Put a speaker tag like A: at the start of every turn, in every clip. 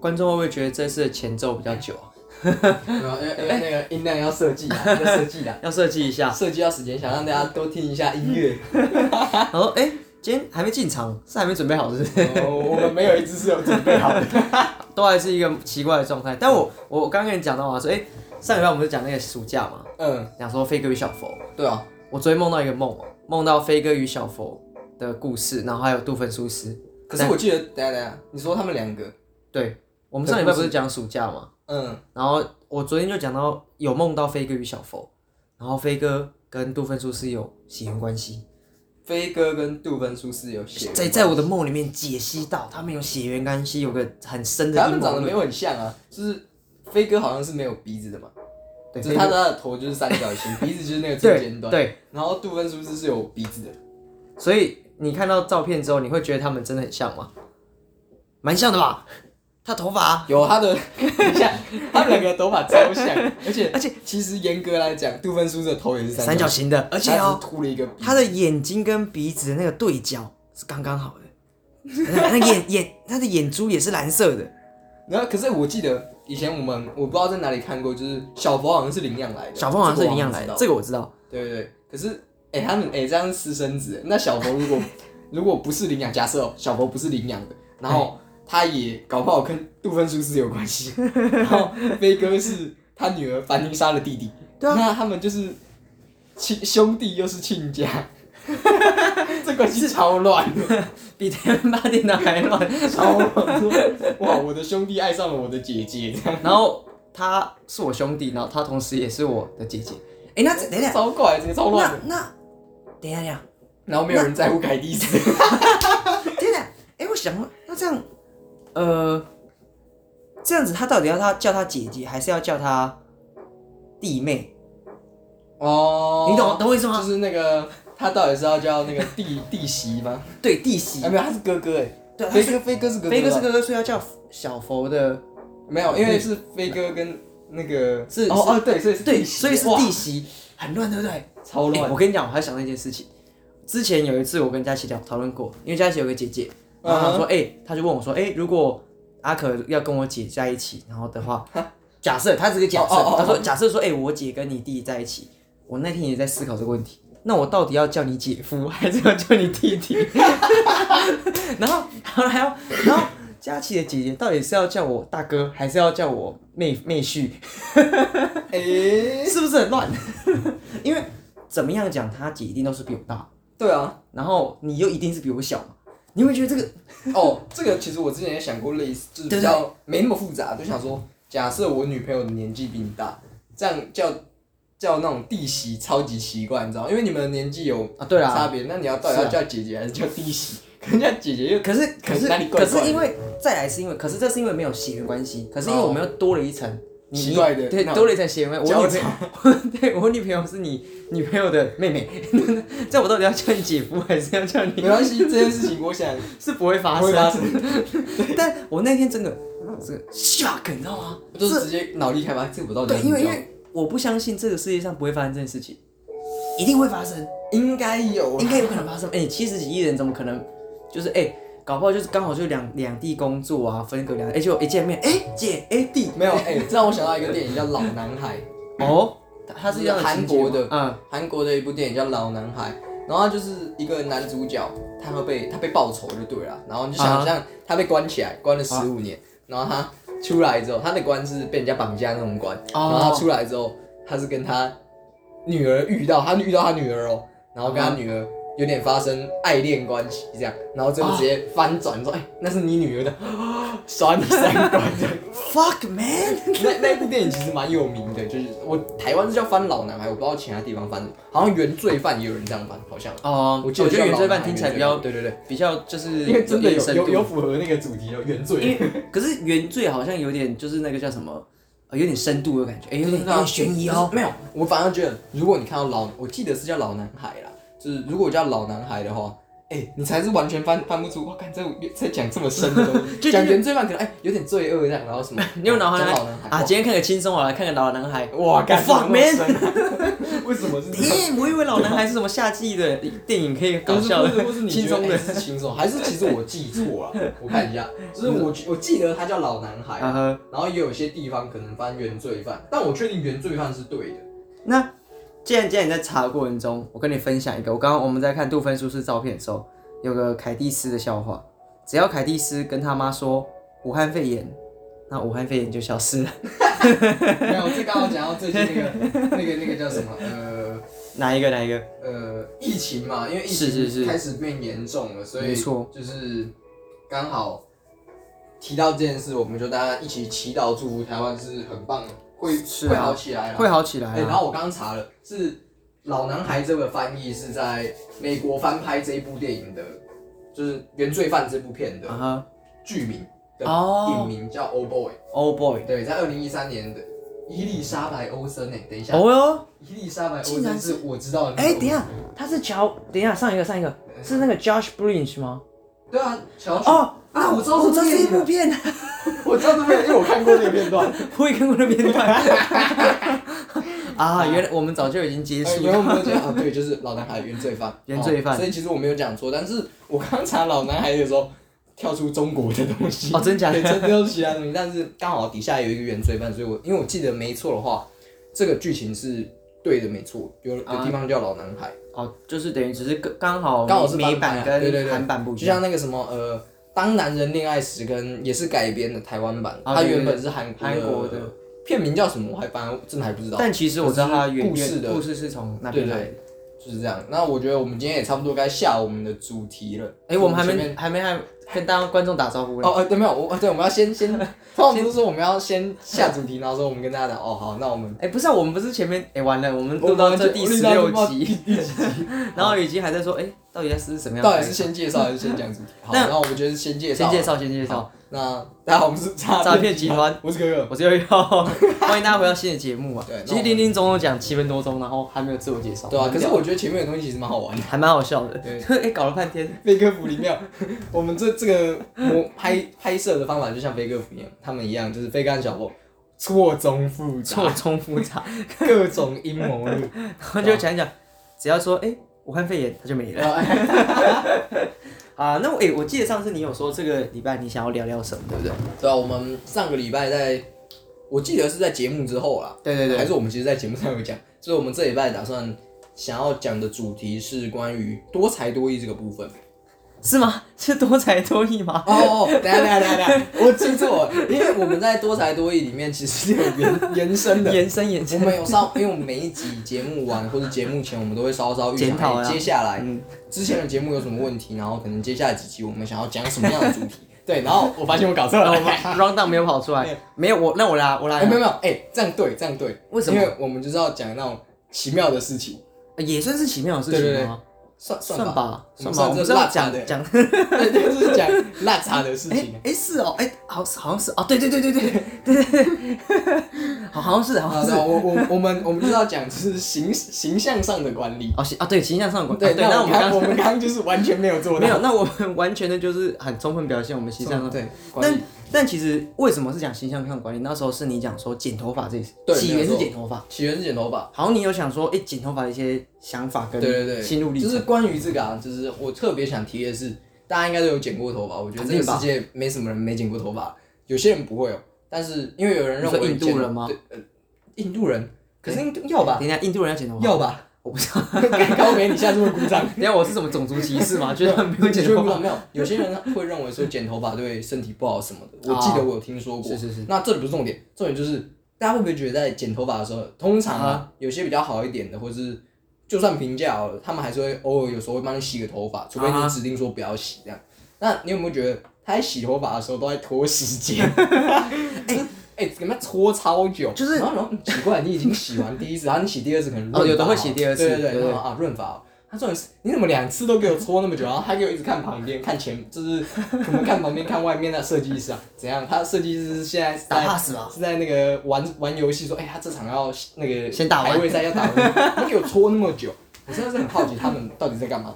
A: 观众会不会觉得这次的前奏比较久？
B: 对啊，因为因为那个音量要设计啊，要设计的，
A: 要设计一下。
B: 设计要时间，想让大家多听一下音 乐。
A: 然后哎、今天还没进场，是还没准备好是不是？
B: 哦我们没有一支是有准备好的。
A: 都还是一个奇怪的状态。但我我刚跟你讲到嘛，说哎、上礼拜我们就讲那个暑假嘛，
B: 嗯，
A: 讲说飞哥与小佛。
B: 对啊，
A: 我昨天梦到一个梦哦，梦到飞哥与小佛的故事，然后还有杜芬苏斯。
B: 可是我记得，等一下等一下，你说他们两个，
A: 对，我们上礼拜不是讲暑假嘛，
B: 嗯，
A: 然后我昨天就讲到有梦到飞哥与小佛，然后飞哥跟杜芬苏斯有血缘关系，
B: 飞哥跟杜芬苏是有写，
A: 在在我的梦里面解析到他们有血缘关系，有个很深的
B: 他
A: 阴
B: 们长
A: 谋
B: 得没
A: 论。
B: 有很像啊，就是飞哥好像是没有鼻子的嘛，
A: 对，
B: 就是他的头就是三角 形，鼻子就是那个最
A: 对
B: 尖端，
A: 对，
B: 然后杜芬苏是是有鼻子的，
A: 所以你看到照片之后，你会觉得他们真的很像吗？蛮像的吧？他头发，啊
B: 有他 的，等一下，他们两个头发超像，而且
A: 而且
B: 其实严格来讲，杜芬苏的头也是
A: 三
B: 角
A: 角，形的，而且哦
B: 他只，是秃了一个鼻子，
A: 他的眼睛跟鼻子的那个对角是刚刚好的， 那个眼眼他的眼珠也是蓝色的，
B: 然后可是我记得以前我们我不知道在哪里看过，就是小佛好像是领养来的，
A: 小凤凰是
B: 这个我
A: 领养来的，
B: 知道
A: 这个我知道。
B: 对对对，可是哎、他们哎、这样是私生子，那小佛如果 如果不是领养，假设、哦、小佛不是领养的，然后他也搞不好跟杜芬叔是有关系，然后飞哥是他女儿凡妮莎的弟弟，
A: 对啊
B: 那他们就是亲兄弟又是亲家， 这关系超乱，
A: 比天八点档还乱。
B: 超乱，哦哇，我的兄弟爱上了我的姐姐，这样
A: 然后他是我兄弟，然后他同时也是我的姐姐。哎，那等一下，
B: 超怪，这个超乱
A: 那
B: 的，
A: 那等一下，等一下，
B: 然后没有人在乎凯蒂斯。
A: 等一下，哎，我想问，那这样，呃，这样子他到底要他叫他姐姐，还是要叫他弟妹？
B: 哦，
A: 你懂懂我意思吗
B: 就是那个他到底是要叫 那个弟弟媳吗？
A: 对，弟媳
B: 啊，。没有，他是哥哥哎。
A: 对，他
B: 飞
A: 是
B: 哥飞哥是哥哥吧，
A: 呃飞哥是哥哥，所以要叫小佛的，
B: 没有，因为是飞哥跟那个
A: 是
B: 哦哦对，所以是
A: 对，
B: 弟媳
A: 所以是
B: 哇
A: 弟媳，很乱，对不对？
B: 超
A: 欸
B: 乱
A: 我。跟你讲，我还想到一件事情。之前有一次我跟佳琪聊讨论过，因为佳琪有个姐姐，然后她说，哎、她就问我说，哎、如果阿可要跟我姐在一起，然后的话，假设她只是假设，她
B: 哦哦哦
A: 说假设说，哎、我姐跟你弟在一起，我那天也在思考这个问题，那我到底要叫你姐夫还是要叫你弟弟？然后后来哦，然后佳琪的姐姐到底是要叫我大哥，还是要叫我妹妹婿？
B: 哎，
A: 是不是很乱？ 因为怎么样讲，他姐一定都是比我大，
B: 对啊，
A: 然后你又一定是比我小嘛，你会觉得这个
B: 哦，这个其实我之前也想过类似，就是比较没那么复杂，就想说，假设我女朋友的年纪比你大，这样叫叫那种弟媳超级奇怪，你知道吗？因为你们的年纪有
A: 啊，对
B: 差
A: 啦，
B: 别，那你要到底
A: 是
B: 要
A: 啊
B: 叫姐姐还是叫弟媳？ 可人家姐姐又
A: 可是可
B: 可
A: 是
B: 哪里
A: 可
B: 怪怪的
A: 是因为再来是因为，可是这是因为没有血缘关系，可是因为我们又多了一层。你
B: 哦奇怪的
A: 你
B: 那
A: 对，
B: 种
A: 多了一层血缘关系。我
B: 交
A: 女朋友， 对我女朋友是你女朋友的妹 妹，这我到底要叫你姐夫还是要叫
B: 没
A: 你？
B: 关系，这件事情我想
A: 是不会发
B: 不
A: 生
B: 会发 生，
A: 但我那天真的这个 shock，你知道吗？
B: 我就是直接脑力开发，这个我到底
A: 对，
B: 要怎
A: 因
B: 么
A: 为因
B: 教
A: 为我不相信这个世界上不会发生这件事情，一定会发生，
B: 应该有啊
A: 应该有可能发生。哎、七十几亿人怎么可能？就是哎、搞不好就是刚好就两两地工作啊，分隔两，哎、就一见面，哎、姐，哎、弟，
B: 没有哎，这让我想到一个电影叫《老男孩
A: 哦，他是这样的
B: 韩
A: 情节吗
B: 国的
A: 嗯，》，
B: 韩国的一部电影叫《老男孩》，然后他就是一个男主角，他会被他被报仇就对了，然后你就想象他被关起来，关了十五年，然后他出来之后，他的关是被人家绑架那种关，然后他
A: 哦，
B: 出来之后，他是跟他女儿遇到，他遇到他女儿哦，然后跟他女儿有点发生爱恋关系这样，然后最后直接翻转说，哎、那是你女儿的， 耍你三观这样。
A: fuck man，
B: 那那部电影其实蛮有名的，就是我台湾是叫翻老男孩，我不知道其他地方翻什么，好像原罪犯也有人这样翻，好像。
A: 哦，我
B: 记
A: 觉得
B: 叫
A: 原罪
B: 老男
A: 犯
B: 孩
A: 听起来比较
B: 对对对，
A: 比较就是
B: 因为真的
A: 有点
B: 有
A: 深
B: 有有
A: 度，
B: 符合那个主题的原罪，
A: 可是原罪好像有点就是那个叫什么，呃有点深度的感觉，哎、有点有
B: 真的啊
A: 点悬疑哦
B: 就。是没有，我反而觉得，如果你看到老，我记得是叫老男孩啦，就是如果叫老男孩的话，哎、哎、你才是完全翻翻不出。哇，看这在讲这么深的东
A: 就
B: 西，讲原罪犯可能哎、有点罪恶这样，然后什么
A: 你有脑
B: 讲
A: 男
B: 老男孩
A: 啊？今天看个轻松好了，看个老男孩。
B: 哇，干
A: fuck
B: 怎么那么
A: man！
B: 深啊 为什么是这样？
A: 咦，我以为老男孩是什么夏季的电影可以搞笑
B: 或是或是
A: 的、
B: 你
A: 轻
B: 觉得
A: 松
B: 哎
A: 的。
B: 是轻松，还是其实我记错 了？我看一下，就是我我记得他叫老男孩，
A: 啊呵，
B: 然后也有些地方可能翻原罪犯，但我确定原罪犯是对的。
A: 那既然既然你在查的过程中，我跟你分享一个，我刚刚我们在看杜芬舒适照片的时候，有个凯蒂斯的笑话，只要凯蒂斯跟他妈说武汉肺炎，那武汉肺炎就消失了。
B: 没有，这刚好讲到最近那个那个那个叫什么呃
A: 哪一个？哪一个？
B: 呃疫情嘛，因为疫
A: 是是是
B: 情开始变严重了，所以
A: 没错
B: 就是刚好提到这件事，我们就大家一起祈祷祝福台湾是很棒的，会
A: 是啊
B: 会好起来啦。
A: 会好起来
B: 哎、然
A: 啊。
B: 后我刚刚查了，是《老男孩》这个翻译是在美国翻拍这一部电影的，就是《原罪犯》这部片的
A: 啊哈
B: 剧名的
A: 哦
B: 影名叫《Old Boy》，
A: ，Oh boy，
B: 对，在二零一三年的伊丽莎白·欧森诶、等一下，
A: 哦哟，
B: 伊丽莎白·欧
A: 竟然
B: 森
A: 是
B: 是我知道的那个
A: 哎，
B: 欧森。
A: 等一下，他是乔，等一下，上一个，上一个是那个 Josh Brinch 吗？
B: 对啊，乔治，
A: 哦
B: 啊我知道
A: 哦
B: 这
A: 这
B: 部
A: 是一
B: 电影
A: 部
B: 了
A: 片，
B: 我知道这片，因为我看过这个 片段。
A: 我也看过那片段。 啊，原来我们早就已经接
B: 哎
A: 触
B: 因为我
A: 了。
B: 们都讲啊，对，就是老男孩原罪犯，
A: 原罪犯
B: 哦所以其实我没有讲错，但是我刚查老男孩的时候，跳出中国的东西，
A: 哦真假的
B: 对，真的都是其他东西，但是刚好底下有一个原罪犯，所以我因为我记得没错的话，这个剧情是对的，没错，有有地方叫老男孩，
A: 哦，就是等于只是刚刚好
B: 刚好是
A: 美
B: 翻拍
A: 版
B: 啊对对
A: 跟
B: 对
A: 韩版不一
B: 就
A: 样。
B: 像那个什么呃。当男人恋爱时，跟也是改编的台湾版，
A: 啊
B: 它
A: 对对
B: 原本是韩
A: 韩国的
B: 的片名叫什么，我还反而真的还不知道。
A: 但其实我知道它原
B: 故事的
A: 故事是从那边
B: 对
A: 来
B: 对
A: 的。
B: 就是这样。那我觉得我们今天也差不多该下我们的主题了。
A: 哎，我们还
B: 前面
A: 没还没还跟大家观众打招呼呢。
B: 哦，呃，对，没有，我对，我们要 先先，通常不是说我们要先下主题，然后说我们跟大家讲，哦，好，那我们
A: 哎，不是啊，我们不是前面哎完了，我们录到这第十六集，， 然后已经还在说哎，到底在是什么样的
B: 到
A: 感
B: 底
A: 觉？
B: 是先介绍还是先 讲主题？好，
A: 那
B: 那我们觉得是先介绍，
A: 先介绍，先介绍。
B: 好。那大家好，我们是诈
A: 诈骗集 团，
B: 我是可可。
A: 我是悠悠，欢迎大家回到新的节目啊
B: 对那
A: 其
B: 我！们
A: 实零零总总讲七分多钟，然后还没有自我介绍，
B: 对啊，可是
A: 蛮屌
B: 我觉得前面的东西其实蛮好玩的。
A: 还蛮好笑的。
B: 对
A: 哎，搞了半天，
B: 飞哥福里面，我们这这个 模拍拍摄的方法就像飞哥福一样，他们一样，就是飞哥和小凤错综复
A: 错
B: 杂，
A: 综复杂，
B: 各种阴谋论。
A: 然后就讲一讲，只要说哎，武汉肺炎，它就没了。啊，那我哎，我记得上次你有说这个礼拜你想要聊聊什么，对不对？
B: 对啊，我们上个礼拜在，我记得是在节目之后啦，
A: 对对对
B: 还是我们其实在节目上有讲，所以我们这礼拜打算想要讲的主题是关于多才多艺这个部分。
A: 是吗？是多才多艺吗？
B: 哦，等一下等一下等一下等一下，我记错了，因为我们在多才多艺里面其实有 延延伸的。
A: 延伸延
B: 我
A: 伸，
B: 们有稍，因为我们每一集节目完或者节目前，我们都会稍稍预
A: 检讨
B: 想
A: 啊
B: 哎接下来
A: 嗯，
B: 之前的节目有什么问题，然后可能接下来几集我们想要讲什么样的主题。对，然后 我发现我搞错了，
A: round down 没有跑出来，没有我，那我来，我
B: 哎、
A: 来
B: 没，有没有，哎、这样对，这样对，
A: 为什么
B: 因为我们就是要讲那种奇妙的事情，
A: 也算是奇妙的事
B: 对
A: 情
B: 对对
A: 吗？
B: 算算
A: 算吧，
B: 我们
A: 算吧，我
B: 算
A: 们
B: 这
A: 是要
B: 辣茶
A: 讲
B: 的，
A: 讲
B: 对，就是讲辣茶的事
A: 哎
B: 情。
A: 哎是哦，哎好好像是哦，对对对对对对对，好好像是好
B: 啊，
A: 像
B: 对
A: 是
B: 啊我我我们我们就是要讲就是形形象上的管理。
A: 哦形啊对形象上的管
B: 对，
A: 啊对，那我们
B: 刚
A: 刚
B: 我们刚刚就是完全没有做到，
A: 没有，那我们完全的就是很充分表现我们形象上。
B: 对，管
A: 但
B: 理
A: 但其实为什么是讲形象上管理？那时候是你讲说剪头发这
B: 对
A: 起源
B: 没有
A: 是
B: 错
A: 剪头发，
B: 起源是剪头发。
A: 好像你有想说哎剪头发的一些想法跟
B: 对对对，
A: 嗯心路历
B: 就
A: 程
B: 是。关于这个啊，就是我特别想提的是，大家应该都有剪过头发，我觉得这
A: 肯
B: 个
A: 定吧
B: 世界没什么人没剪过头发，有些人不会哦，但是因为有人认
A: 你说
B: 为
A: 印度
B: 剪
A: 人吗
B: 对呃，印度人，可是印度要吧
A: 等一下，印度人要剪头发？
B: 要吧，
A: 我不知道。
B: 高给你下这么鼓 掌，
A: 等一下我是什么种族歧视 吗？觉得他们没有剪头
B: 你觉得鼓
A: 发？
B: 掌没有？有些人会认为说剪头发对身体不好什么的，
A: 哦
B: 我记得我有听说过。
A: 是是是。
B: 那这里不是重点，重点就是大家会不会觉得在剪头发的时候，通常啊有些比较好一点的，或是就算平价好了，他们还是会偶尔有时候会帮你洗个头发，除非
A: 啊
B: 你指定说不要洗这样。那你有没有觉得他在洗头发的时候都在拖时 间？哎哎，给他搓超久，
A: 就是
B: 然后然后嗯奇怪，你已经洗完第一次，然后你洗第二次可能
A: 哦
B: 润
A: 有的
B: 发
A: 会
B: 好
A: 洗第二次
B: 对对
A: 对对
B: 然后啊润发哦。他重点是，你怎么两次都给我搓那么久，然后他给我一直看旁边，看前，就是我们看旁边看外面那设计师啊，怎样？他设计师是现在是
A: 打
B: 在
A: pass 吧
B: 是在那个玩玩游戏，说，哎、他这场要那个
A: 先打完
B: 排位赛要打完，他给我搓那么久，我真的是很好奇他们到底在干嘛。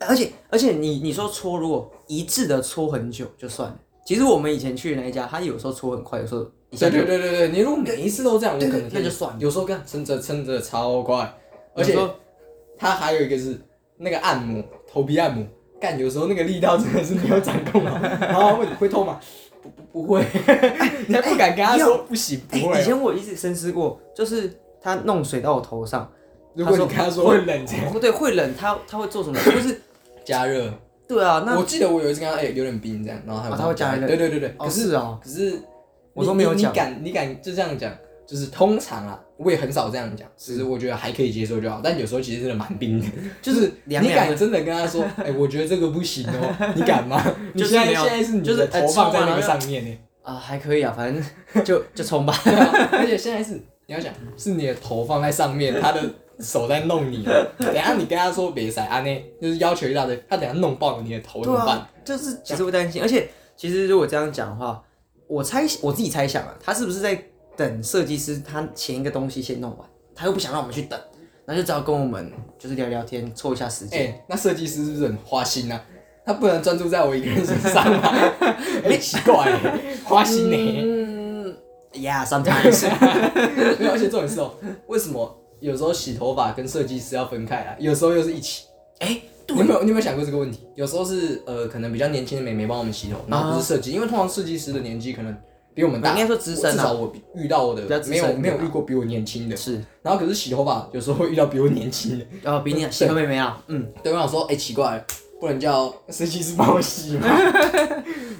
A: 而且而且你你说搓，如果一致的搓很久就算了。其实我们以前去的那一家，他有时候搓很快，有时候一下
B: 对
A: 就
B: 对对对对，你如果每一次都这样，我
A: 对
B: 可
A: 对
B: 能
A: 那就算了
B: 有时候干撑着撑着超快，而
A: 有
B: 且
A: 时候
B: 它还有一个是那个按摩，头皮按摩，干有时候那个力道真的是没有掌 控好。然后问你会痛吗？不不不会，你还不敢跟他说不行不
A: 哎、
B: 会
A: 以
B: 哦。
A: 前我一直深思过，就是他弄水到我头上，
B: 如果你
A: 他说
B: 跟他说会冷这样
A: 哦对，会冷，他他会做 什么？就是
B: 加热，
A: 对啊，那
B: 我记得我有一次跟他哎有点冰这样，然后
A: 哦
B: 有
A: 他会加热
B: 对对对对，
A: 哦
B: 可是
A: 是哦，
B: 可是
A: 我
B: 你
A: 都没有
B: 你
A: 讲
B: 你敢你敢就这样讲，就是通常啊，我也很少这样讲，只是
A: 嗯
B: 我觉得还可以接受就好。但有时候其实真的蛮 冰的，就是
A: 凉
B: 你
A: 凉
B: 敢真的跟他说，哎、我觉得这个不行 哦，你敢吗？你
A: 就是
B: 现在
A: 没有
B: 现在是你
A: 就是
B: 的
A: 哎
B: 头放
A: 冲
B: 在
A: 啊
B: 那个
A: 然后
B: 上 面呢，
A: 啊还可以啊，反正 就就冲吧。
B: 对啊而且现在是你要想是你的头放在上面，他的。手在弄你，哦等一下你跟他说别塞啊，那就是要求一大堆，他等一下弄爆你的头怎
A: 对
B: 么办？
A: 啊，就是其实会担心，而且其实如果这样讲的话，我猜我自己猜想啊，他是不是在等设计师他前一个东西先弄完，他又不想让我们去等，那就只好跟我们就是聊聊天，凑一下时
B: 哎、
A: 间。
B: 那设计师是不是很花心啊？他不能专注在我一个人身上啊！ 哎、奇怪、花心呢、
A: 嗯，Yeah，sometimes，
B: 没有，而且重点是哦、为什么有时候洗头发跟设计师要分开啊？有时候又是一起。
A: 哎，
B: 你有没有你有没有想过这个问题？有时候是呃，可能比较年轻的美眉帮我们洗头，然后不是设计，因为通常设计师的年纪可能比我们大，
A: 啊应该说资深啊
B: 至少我比遇到的
A: 比较资
B: 没
A: 深一
B: 有
A: 点啊
B: 没有遇过比我年轻的。
A: 是，
B: 然后可是洗头发有时候会遇到比我年轻的，
A: 然后比你喜欢妹妹啊，嗯，
B: 对我想说，哎、奇怪，不能叫设计师帮我洗吗？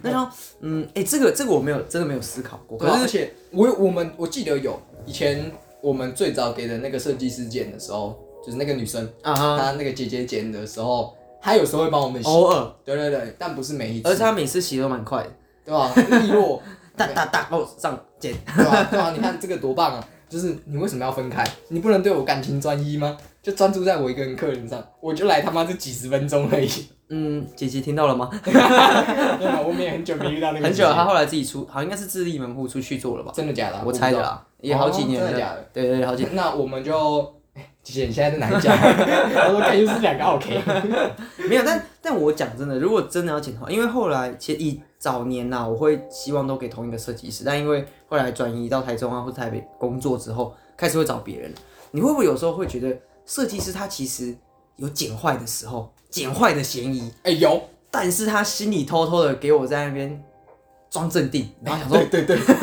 A: 那然后嗯，哎，这个这个我没有真的没有思考过，
B: 对啊，
A: 可
B: 而
A: 是
B: 且我有我们我记得有以前我们最早给的那个设计师剪的时候，就是那个女生，
A: 啊哈，
B: 她那个姐姐剪的时候，她有时候会帮我们洗，
A: 偶尔，
B: 对对对，但不是每一
A: 而且
B: 次，
A: 他每次洗都蛮快的，
B: 对吧、利落，
A: 哒哒哒，哦，上剪，
B: 对吧、对吧、你看这个多棒啊！就是你为什么要分开？你不能对我感情专一吗？就专注在我一个人客人上，我就来他妈这几十分钟而已。
A: 嗯，姐姐听到了吗？
B: 对吧？我们也很久没遇到那个
A: 很
B: 姐姐
A: 久，他后来自己出，好像应该是自立门户出去做了吧？
B: 真的假的啊、
A: 我猜的啦，也好几年
B: 哦真的假
A: 了。
B: 的？
A: 对对对， 好几。
B: 那我们就，哎姐姐你现在在哪一 家？他说看又是两个 OK，
A: 没有，但但我讲真的，如果真的要剪头，因为后来其实以早年呐、我会希望都给同一个设计师，但因为后来转移到台中啊或者台北工作之后，开始会找别人。你会不会有时候会觉得设计师他其实有剪坏的时候，剪坏的嫌疑，
B: 哎、有，
A: 但是他心里偷偷的给我在那边装镇定， 然后想说
B: 对对对，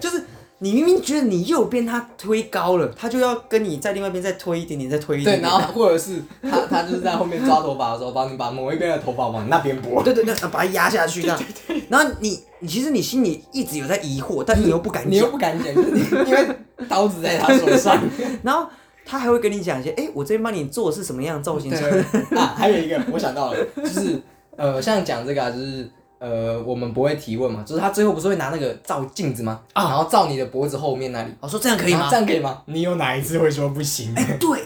A: 就是你明明觉得你右边他推高了，他就要跟你在另外一边再推一点点，再推一点点。
B: 对，然后或者是他他就是在后面抓头发的时候，帮你把某一边的头发往那边拨，
A: 对对对，把它压下去这样。然后你你其实你心里一直有在疑惑，但你又不敢
B: 你又
A: 讲。
B: 不敢剪，就是因为刀子在他手上。
A: 然后他还会跟你讲一些，哎，我这边帮你做的是什么样的造型
B: 对？啊，还有一个我想到了，就是呃，像讲这个啊，就是。呃，我们不会提问嘛，就是他最后不是会拿那个照镜子吗？
A: 啊
B: 然后照你的脖子后面那里，
A: 我说这样可以
B: 然后
A: 吗
B: 这？样可以吗？你有哪一次会说不行？
A: 哎，对。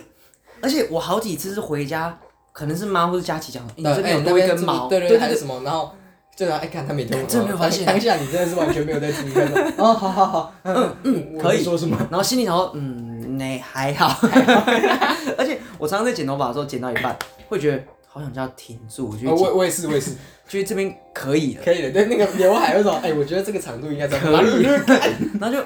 A: 而且我好几次是回家，可能是妈或是佳琪讲，诶你
B: 对
A: 这边
B: 哎
A: 有
B: 你
A: 多一根毛，
B: 对对
A: 对
B: 还是什么，然后就然后哎，看他每天
A: 真的没有发现
B: 当下你真的是完全没有在注意，他说哦，好好好， 嗯嗯，我
A: 可以
B: 说什么？
A: 然后心里想说，嗯，那还 好。而且我常常在剪头发的时候，剪到一半会觉得好想叫他停住，我觉
B: 哦
A: 得
B: 我我也是，我也是，
A: 觉得这边可以了，
B: 可以的。对，那个刘海为什么？哎，我觉得这个长度应该在
A: 可
B: 哪
A: 以
B: 里？
A: 然后就，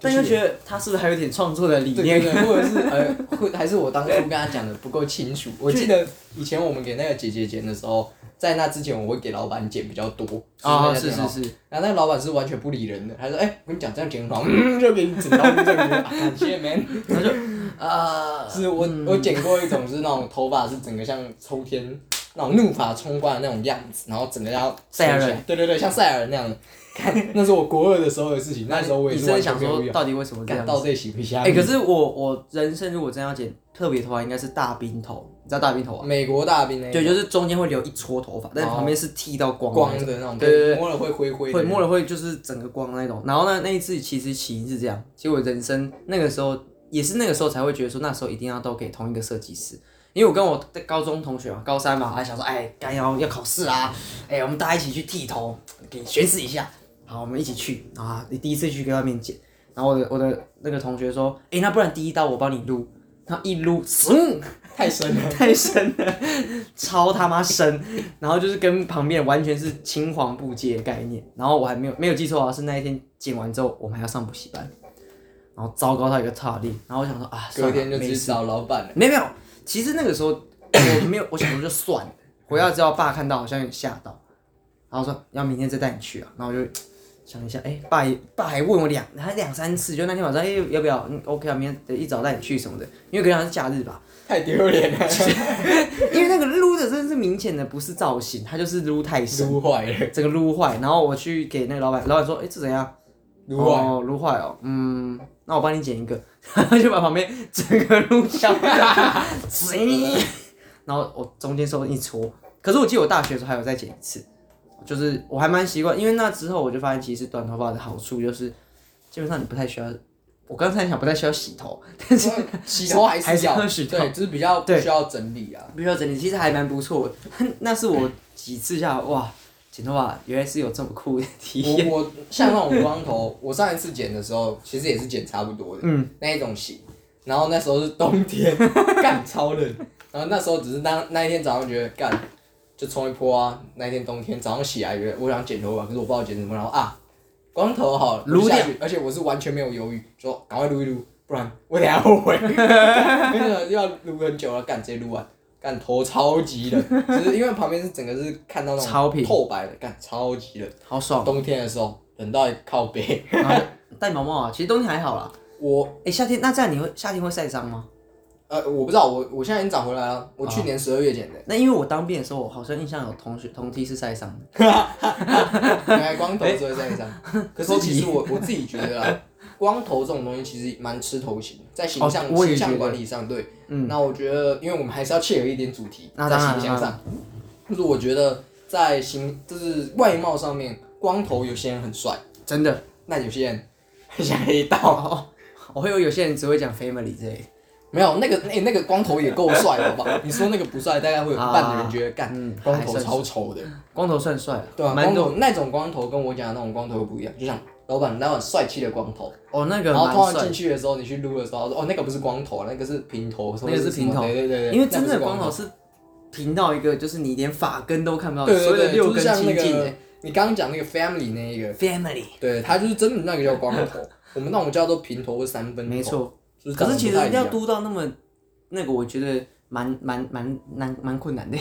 A: 但又觉得他是不是还有点创作的理
B: 对
A: 念
B: 对？对，或者是呃，会还是我当初跟他讲的不够清楚。我记得以前我们给那个姐姐剪的时候，在那之前我会给老板剪比较多
A: 啊、
B: 就是那家
A: 是
B: 店
A: 是，
B: 然后那个老板是完全不理人的，他说：“哎、我跟你讲，这样剪很 好， 嗯，就给你整到这样子，啊感谢 man。”
A: 然后就，呃，
B: 是我、我剪过一种，就是那种头发是整个像冲天那种怒发冲冠的那种样子，然后整个要
A: 赛亚人
B: 冲起来，对对对，像赛亚人那样的。 看，那是我国二的时候的事情，那时候我也
A: 你
B: 是
A: 真的
B: 完全
A: 想
B: 没有
A: 说
B: 遇到
A: 到底为什么这
B: 感
A: 样？
B: 到这洗不下。
A: 哎、可是我我人生如果真要剪特别头发，应该是大冰头，你知道大冰头啊？
B: 美国大兵呢，欸
A: 对，就是中间会留一撮头发，但是旁边是剃到光的
B: 光的那种，
A: 对对对
B: 摸了会灰灰的，
A: 会摸了会就是整个光那种。然后呢，那一次其实起因是这样，其实我人生那个时候也是那个时候才会觉得说，那时候一定要都给同一个设计师。因为我跟我的高中同学嘛，高三嘛，还想说，哎，刚要要考试啊，哎，我们大家一起去剃头，给你宣誓一下。好，我们一起去啊！你第一次去跟他面剪，然后我的我的那个同学说，哎，那不然第一刀我帮你撸，他一撸，嗯，
B: 太深了。
A: 太深了，超他妈深。然后就是跟旁边完全是青黄不接的概念。然后我还没有没有记错啊，是那一天剪完之后，我们还要上补习班，然后糟糕到一个差地。然后我想说啊，算
B: 隔
A: 了，
B: 天就
A: 没
B: 去
A: 事。
B: 找老板了。
A: 没有没有，其实那个时候我没有，我想说就算了。回到之后，爸看到好像有点吓到，然后说要明天再带你去啊。然后我就想一下，哎、爸也爸还问我两还两三次，就那天晚上，哎、要不要？嗯，OK 啊，明天得一早带你去什么的，因为隔天好像是假日吧。
B: 太丢脸 了，
A: 因为那个撸的真的是明显的不是造型，它就是撸太深，
B: 撸坏了，
A: 整个撸坏。然后我去给那个老板，老板说：“哎、这怎样？
B: 撸坏了。
A: 哦，撸坏哦，嗯，那我帮你剪一个。” 然后就把旁边整个撸掉， 然后我中间收一撮。可是我记得我大学的时候还有再剪一次，就是我还蛮习惯，因为那之后我就发现其实短头发的好处就是，基本上你不太需要。我刚才想不太需要洗头， 但是
B: 洗头还
A: 还
B: 是
A: 是
B: 要
A: 要洗头
B: 对，就是比较
A: 对
B: 需要整理啊。
A: 没有整理，其实还蛮不错 的。那是我几次下来哇，剪头发原来是有这么酷的体验。
B: 我我像那种光头，我上一次剪的时候，其实也是剪差不多的，嗯，那一种型。然后那时候是冬天， 干超冷。然后那时候只是那那一天早上觉得干，就冲一波啊。那一天冬天早上起来，觉得我想剪头发，可是我不知道剪什么，然后啊，光头好了，
A: 撸
B: 我下
A: 掉
B: 去，而且我是完全没有犹豫，说赶快撸一撸，不然我等一下后悔， 真的要撸很久了，干直接撸完。干头超级冷，就是因为旁边是整个是看到那种
A: 超平
B: 透白的，干超级冷。
A: 好爽，
B: 冬天的时候冷到靠背，
A: 然后就 戴毛帽啊，其实冬天还好啦。
B: 我
A: 哎、夏天那这样你会夏天会晒伤吗？
B: 呃我不知道，我我现在已经长回来了，我去年十二月剪的，
A: 那因为我当兵的时候，我好像印象有同学同梯是晒伤的。啊
B: 原来光头只会晒伤。
A: 哎
B: 可是其实我我自己觉 得啊，光头这种东西其实蛮吃头型，在形象、
A: 哦我也
B: 形象
A: 觉得嗯
B: 管理上，对，那我觉得，因为我们还是要切合一点主题，
A: 那
B: 在
A: 当然
B: 形象
A: 当然
B: 上，就是我觉得在形就是外貌上面，光头有些人很帅，
A: 真的，
B: 那有些人很像黑道。
A: 我会有有些人只会讲 family 之类的。
B: 没有那个那、那个光头也够帅了 吧？你说那个不帅，大概会有一半的人觉得干、
A: 嗯
B: 光
A: 还
B: 头
A: 算
B: 超丑的，
A: 光头算帅了，
B: 对啊，
A: 蛮
B: 光
A: 多
B: 头那种光头跟我讲的那种光头又不一样，就像老板老板帅气的光头，
A: 哦，那个
B: 然后
A: 蛮
B: 通
A: 帅
B: 常
A: 的
B: 进，去的时候，你去撸的时候，他说哦那个不是光头，那个是平头，
A: 那个是平头
B: 什么对对对对，
A: 因为
B: 那
A: 真正
B: 不是
A: 的光头是平到一个就是你连发根都看不到，
B: 对对
A: 所有的
B: 对，
A: 六
B: 就
A: 根
B: 是像
A: 清
B: 那
A: 净、
B: 个
A: 欸。
B: 你刚刚讲那个 family 那一个，
A: family，
B: 对他就是真的那个叫光头，我们那种叫做平头或三分头，
A: 没错。
B: 就是长
A: 可是
B: 得不
A: 其实
B: 太一样
A: 要嘟到那么那个，我觉得蛮蛮蛮难蛮困难的。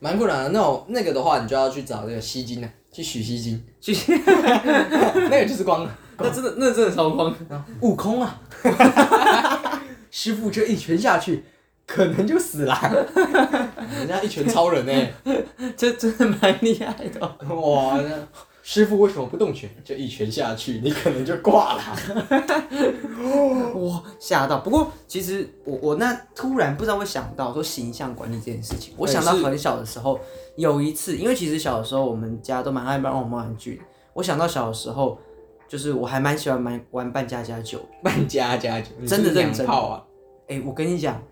B: 蛮困难的。那种那个的话，你就要去找那个吸金的，啊去取吸金，
A: 去，
B: 那个就是光头。
A: 那真的那真的超慌。
B: 悟空啊， 师傅这一拳下去，可能就死了。人家一拳超人呢、
A: 这真的蛮厉害的 哦。
B: 哇！那师傅为什么不动拳？这一拳下去，你可能就挂了。
A: 哇，吓到！不过其实我我那突然不知道会想到说形象管理这件事情，我
B: 对
A: 想到
B: 是
A: 很小的时候有一次，因为其实小的时候我们家都蛮爱帮我们玩玩具的，我想到小的时候。就是我还蛮喜欢玩玩扮家家酒，
B: 扮家家酒，
A: 真的认真
B: 娘炮啊！
A: 哎、我跟你讲，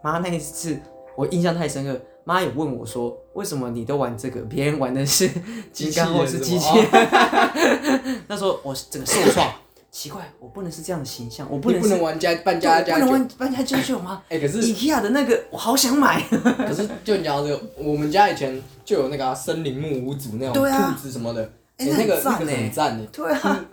A: 妈那一次我印象太深刻，妈也问我说，为什么你都玩这个，别人玩的 是金刚或是机器人？ 那时候我是整个受创，奇怪，我不能是这样的形象，我不
B: 你
A: 能
B: 不
A: 是
B: 能玩家
A: 对
B: 扮家家
A: 不能
B: 酒。
A: 玩搬家家酒吗
B: 哎、可是
A: ？IKEA 的那个我好想 买，
B: 可是，就你讲到这个，我们家以前就有那个啊、森林木屋组那种
A: 对啊
B: 兔子什么的，
A: 哎
B: 哎、
A: 那
B: 那个
A: 很赞
B: 那个
A: 欸
B: 很赞的、
A: 对啊，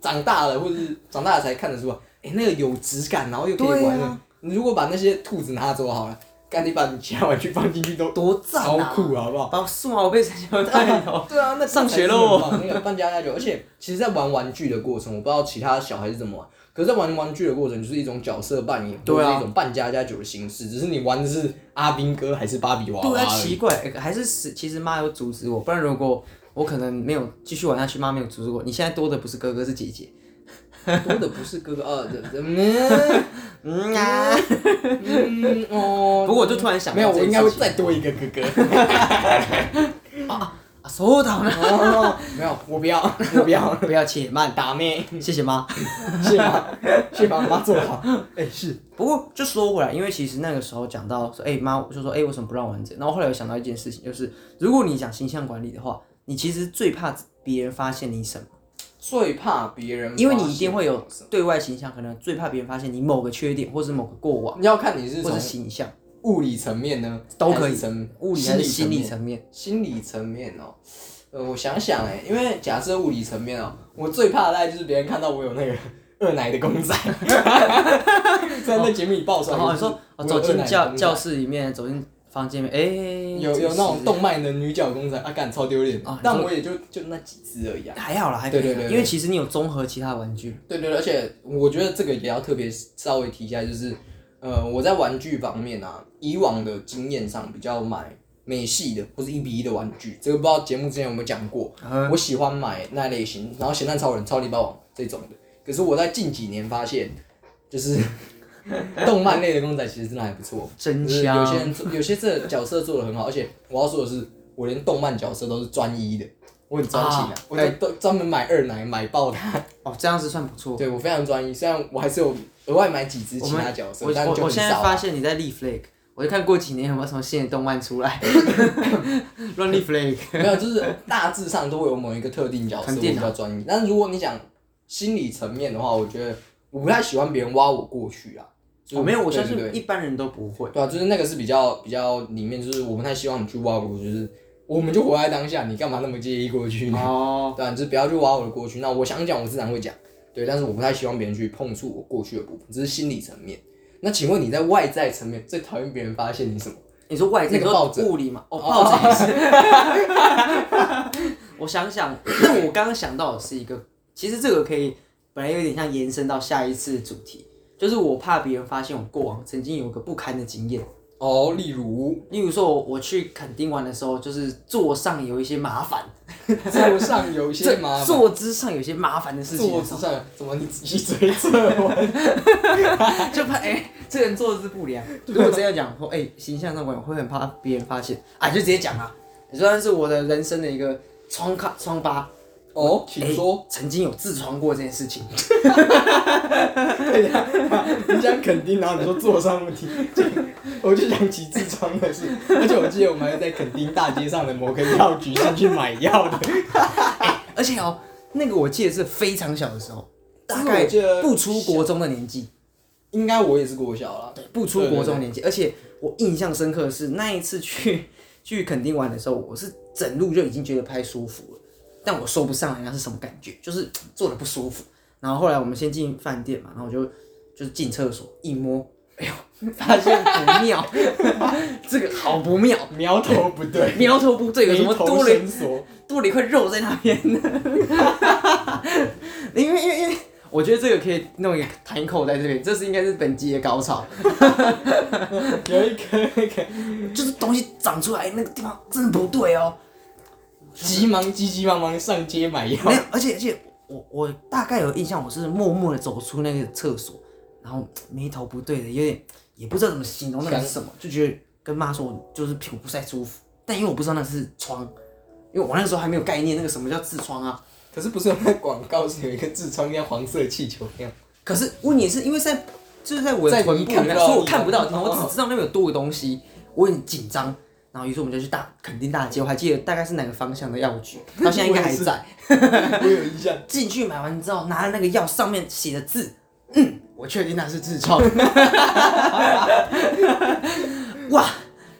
B: 长大了，或者是长大了才看得出来，哎、那个有质感，然后又可以
A: 对
B: 玩
A: 啊
B: 的。你如果把那些兔子拿走好了，干你把你其他玩具放进去都
A: 多赞
B: 超
A: 啊！
B: 酷，好不好？
A: 把啊我数码宝贝三角带 走，
B: 对啊，那
A: 上学喽
B: 喽！ 那个扮家家酒，而且其实，在玩玩具的过程，我不知道其他小孩是怎么玩，可是，在玩玩具的过程，就是一种角色扮演，
A: 对啊
B: 或者是一种扮家家酒的形式，只是你玩的是阿兵哥还是芭比娃娃
A: 对啊，
B: 而已。
A: 奇怪，哎还是是其实妈有阻止我，不然如果我可能没有继续玩下去，妈没有阻止我。你现在多的不是哥哥是姐姐，
B: 多的不是哥哥，呃，嗯
A: 嗯啊。
B: 嗯哦，
A: 不过我就突然想到
B: 没有，
A: 这
B: 我
A: 件
B: 应该会
A: 事情
B: 再多一个哥哥。
A: 啊，收到了，
B: 哦，没有，我不要，我不要，
A: 不要切慢，
B: 打咩？
A: 谢谢妈。
B: 是 吗？是吗？妈做好。哎，是。
A: 不过就说回来，因为其实那个时候讲到说，哎、妈，我就说，哎、为什么不让我玩这个？然后后来有想到一件事情，就是如果你讲形象管理的话，你其实最怕别人发现你什么，
B: 最怕别嗯人发现，
A: 因为你一定会有对外形象，可能最怕别人发现你某个缺点或是某个过往
B: 你要看你是
A: 或
B: 从
A: 是形象。
B: 物理层面呢，
A: 都可以
B: 还是层
A: 物理还
B: 心
A: 是
B: 理
A: 心理
B: 层
A: 层面？
B: 面心理层面哦。呃，我想想哎，因为假设物理层面哦，我最怕的大概就是别人看到我有那个 二奶的公仔， 在那节目里爆出来。
A: 然后你
B: 就是
A: 说哦
B: 我有
A: 走
B: 二
A: 进
B: 奶的
A: 教
B: 公仔
A: 教室里面，走进房间里面，哎，
B: 有有那种
A: 这是
B: 动漫的女角公仔，啊，干超丢脸的
A: 啊。
B: 但
A: 你说
B: 我也就就那几只而已啊。
A: 还好啦，还可以啦，
B: 对对对对
A: 因为其实你有综合其他玩具，
B: 对对对，而且我觉得这个也要特别稍微提一下，就是呃，我在玩具方面啊，以往的经验上比较买美系的或是一比一的玩具，这个不知道节目之前有没有讲过。
A: 啊
B: 我喜欢买那类型，然后咸蛋超人、超级霸王这种的。可是我在近几年发现，就是 动漫类的公仔其实真的还不错，
A: 真
B: 就是有些
A: 香，
B: 人做有些这角色做的很好，而且我要说的是，我连动漫角色都是专一的，我很专心啊，
A: 啊
B: 我就都专门买二奶买爆它，
A: 哦，这样子算不错。
B: 对我非常专一。虽然我还是有额外买几只
A: 我
B: 其他
A: 们
B: 角色
A: 我，
B: 但
A: 我
B: 就
A: 我
B: 很
A: 现在
B: 少啊、
A: 发现你在立 flag，我就看过几年有没有什么新的动漫出 来，乱立 flag。
B: 没有，就是大致上都会有某一个特定角色
A: 看
B: 我
A: 电
B: 比
A: 脑
B: 较专一。但是如果你讲心理层面的话，我觉得我不太喜欢别人挖我过去啊。就是
A: 我哦没有，我
B: 对
A: 相
B: 对对
A: 信一般人都不会。
B: 对啊，就是那个是比较比较里面，就是我不太希望你去挖我，就是我们就活在当下，你干嘛那么介意过去呢？
A: 哦，
B: 对啊，你就是不要去挖我的过去。那我想讲，我自然会讲，对，但是我不太希望别人去碰触我过去的部分，这是心理层面。那请问你在外在层面最讨厌别人发现你什么？
A: 你说外在
B: 那个抱
A: 你
B: 枕
A: 说物理嘛？哦，抱枕也是。 我想想，那我刚刚想到的是一个，其实这个可以本来有点像延伸到下一次的主题，就是我怕别人发现我过往曾经有一个不堪的经验。
B: 哦，例如
A: 例如说我，我去垦丁玩的时候，就是坐上有一些麻烦，
B: 坐上有一些麻
A: 这
B: 烦，
A: 坐姿上有些麻烦的事情
B: 坐
A: 的时
B: 姿
A: 候，
B: 上怎么你仔 细追测我？
A: 就怕哎、这个人坐姿不良。 如果这样讲说，哎、形象上我会很怕别人发现，啊，就直接讲啊，你说那是我的人生的一个疮卡疮疤。
B: 哦，
A: 哎
B: 请说。
A: 曾经有痔疮过这件事情，
B: 哎你讲垦丁，然后你说坐上问题，这个我就想起痔疮的事。而且我记得我们还在垦丁大街上的某个药局先去买药的，
A: 而且哦，那个我记得是非常小的时候，
B: 这个
A: 大
B: 我
A: 概
B: 记得
A: 不出国中的年纪，
B: 应该我也是过小了。
A: 不出国中的年纪。而且我印象深刻的是那一次去 去垦丁玩的时候，我是整路就已经觉得不太舒服了，但我说不上来那是什么感觉，就是坐的不舒服。然后后来我们先进饭店嘛，然后我就就是进厕所一摸， 哎呦，发现不妙， 这个好不妙，
B: 苗头不对，
A: 苗头不对，有什么
B: 眉头
A: 多了
B: 深锁？
A: 多了一块肉在那边。 因为因为因为，我觉得这个可以弄一个弹口在这边，这是应该是本集的高潮，
B: 有一颗那个
A: 就是东西长出来那个地方真的不对哦。
B: 急忙急急忙忙上街买药，
A: 没有，而且而且我我大概有印象，我是默默的走出那个厕所，然后眉头不对的，有点也不知道怎么形容那个是什么，就觉得跟妈说我就是屁股不太舒服，但因为我不知道那是疮，因为我那时候还没有概念那个什么叫痔疮啊。
B: 可是不是有那广告是有一个痔疮像黄色气球一样？
A: 可是问题是因为在就是在我
B: 在
A: 的
B: 你
A: 臀部里
B: 看不
A: 面，
B: 到
A: 所以我
B: 的地
A: 看不到，
B: 方
A: 然后我只知道那边有多个东西，我很紧张。然后于是我们就去大垦丁大街，我还记得大概是哪个方向的药局，到现在应该还在。
B: 我有印象，
A: 进去买完之后，拿了那个药上面写的字，嗯，我确定那是痔疮。 哇，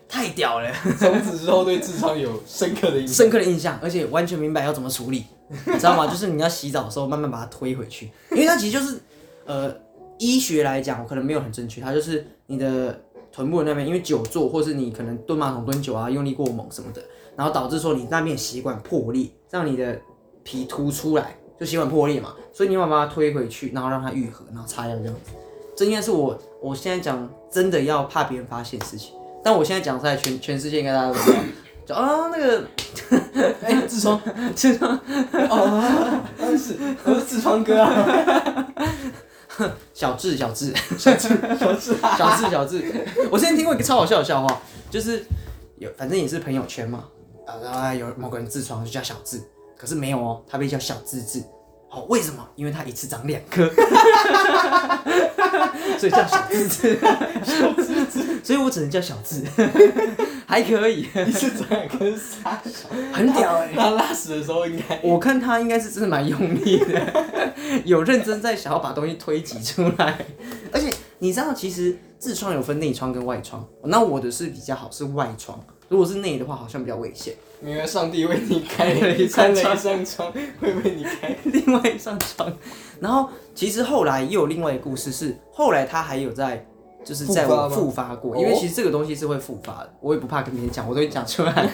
A: 太屌了，
B: 从此之后对痔疮有深刻的印象。
A: 深刻的印象，而且完全明白要怎么处理，你知道吗？ 就是你要洗澡的时候慢慢把它推回去，因为它其实就是，呃，医学来讲，我可能没有很正确，它就是你的臀部的那边，因为久坐或是你可能蹲马桶蹲久啊，用力过猛什么的，然后导致说你那边血管破裂，让你的皮凸出来，就血管破裂嘛，所以你要把它推回去，然后让它愈合，然后擦药这样子。这应该是我我现在讲真的要怕别人发现的事情，但我现在讲出来全全世界应该大家都知道，就啊那个
B: 哎，痔疮，痔疮，哦，但是我是痔疮哥啊，
A: 小 智，小智，
B: 我是 啊，
A: 小智，小智。我之前听过一个超好笑的笑话，就是有反正也是朋友圈嘛，啊，然后还有某个人痔疮就叫小智，可是没有哦，他被叫小智智。好、为什么？因为他一次长两颗， 所以叫小智 智。所以我只能叫小智， 还可以，
B: 你是怎样跟傻小？
A: 很屌哎、
B: 他拉屎的时候应该
A: 我看他应该是真 的蛮用力的，有认真在想要把东西推挤出来，而且你知道，其实痔疮有分内疮跟外疮，那我的是比较好，是外疮。如果是内的话，好像比较危险。
B: 因为上帝为你开了一扇了一扇窗，会为你开。
A: 另外一扇窗，然后其实后来也有另外一个故事是，后来他还有在就是在
B: 复发
A: 我
B: 吗
A: 复发过，
B: 哦
A: 因为其实这个东西是会复发的，我也不怕跟别人讲，我都会讲出 来。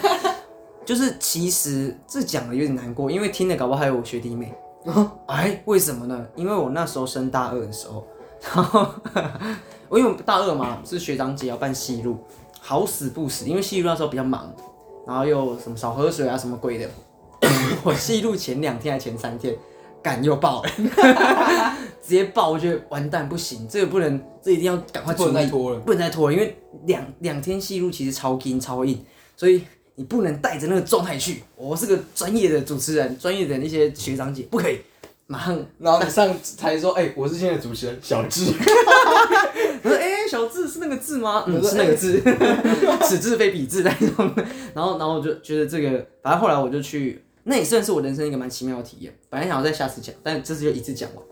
A: 就是其实这讲的有点难过，因为听的搞不好还有我学弟妹。
B: 哦
A: 哎，为什么呢？因为我那时候升大二的时候，然后 我因为大二嘛是学长姐要办戏路，好死不死，因为戏路那时候比较忙，然后又什么少喝水啊什么鬼 的，我戏路前两天还前三天，赶又 爆了，直接爆，我觉得完蛋不行，这个不能，这一定要赶快
B: 不
A: 处
B: 能
A: 理，
B: 再拖了
A: 不能再拖了，因为两两天戏路其实超硬超硬，所以你不能带着那个状态去。我是个专业的主持人，专业的那些学长姐不可以，马上
B: 然后你上台说：“哎、我是现在主持人小智。
A: 我说：“哎、小智是那个智吗？哎
B: 我
A: 嗯，
B: 说
A: 是那个智，此智 非彼智那种。”然后，然后我就觉得这个，反正后来我就去，那也算是我人生一个蛮奇妙的体验。本来想要在下次讲，但这次就一次讲完。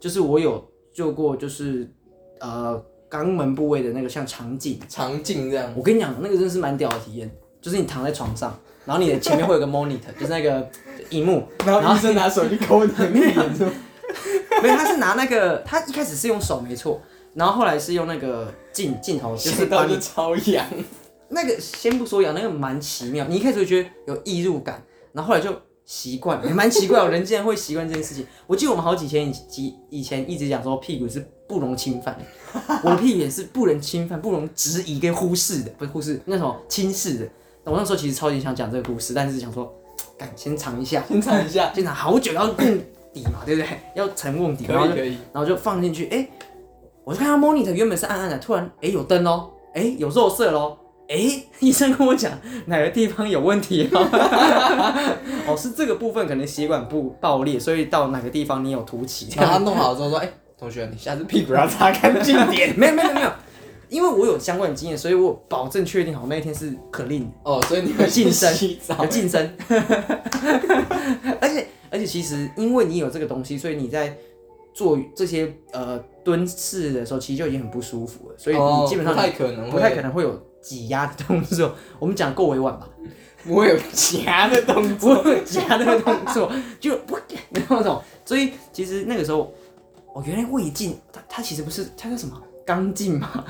A: 就是我有做过，就是呃肛门部位的那个像肠镜，”
B: 长镜这样，
A: 我跟你讲，那个真的是蛮屌的体验，就是你躺在床上，然后你的前面会有个 monitor，就是那个荧幕，
B: 然后医生拿手机抠你的面，是吧
A: 没有，他是拿那个，他一开始是用手没错，然后后来是用那个镜镜头，就是
B: 想
A: 把
B: 到
A: 你
B: 就超痒。
A: 那个先不说痒，那个蛮奇妙。你一开始会觉得有异入感，然后后来就习惯，也蛮奇怪哦，人竟然会习惯这件事情。我记得我们好几天以及以前一直讲说屁股是不容侵犯的，我的屁股也是不容侵 犯、不容质疑跟忽视的，不是忽视那种轻视的。那我那时候其实超级想讲这个故事，但是想说，敢先尝一下，
B: 先尝一下，
A: 先尝好久，然后瓮底嘛，对不对？要沉瓮底，
B: 可
A: 然后
B: 以
A: 就
B: 可以。
A: 然后就放进去，哎、我就看到 monitor 原本是暗暗的，突然哎、诶有灯喽，哎、有肉色喽，哎、 医生跟我讲哪个地方有问题哦， 哦是这个部分可能血管不爆裂，所以到哪个地方你有凸起，
B: 然后他弄好之后说：“哎、同学，你下次屁股要擦干净 点。
A: 没有没有没有，因为我有相关的经验，所以我保证确定好那一天是可令”
B: 哦，所以你会
A: 晋升
B: 洗澡
A: 有。晋升， 而且而且其实因为你有这个东西，所以你在做这些呃蹲式的时候，其实就已经很不舒服了，所以
B: 哦
A: 你基本上
B: 不太可能会
A: 不太可能会有挤压的动作。我们讲够委婉吧，
B: 不 会有夹的动
A: 不
B: 作。
A: 会有挤压那个动作，就不那种。所以其实那个时候，哦，原来胃镜，它它其实不是它叫什么肛镜嘛，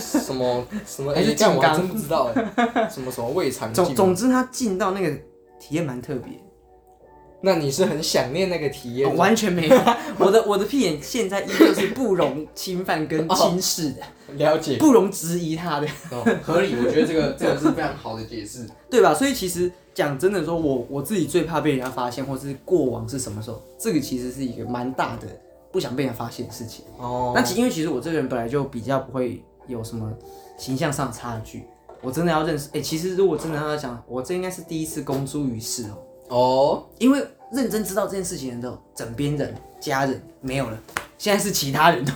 B: 什么什么？
A: 还
B: 哎、
A: 是
B: 这样我还
A: 金刚
B: 真不 知道哎。什么什么胃肠
A: 总
B: 镜？啊
A: 总之它进到那个体验蛮特别的。
B: 那你是很想念那个体验
A: 哦
B: 吗？
A: 完全没有，我的我的屁眼现在依旧是不容侵犯跟
B: 哦
A: 轻视的，
B: 了解。
A: 不容质疑它的，
B: 哦，合理，我觉得这 个这个是非常好的解释。
A: 对吧？所以其实讲真的说，我我自己最怕被人家发现，或是过往是什么时候，这个其实是一个蛮大的不想被人家发现的事情。
B: 哦
A: 那其因为其实我这个人本来就比较不会有什么形象上的差距，我真的要认识。哎、其实如果真的要讲，我这应该是第一次公诸于世哦，
B: 哦，
A: 因为认真知道这件事情的时候，枕边人、家人没有了，现在是其他 人都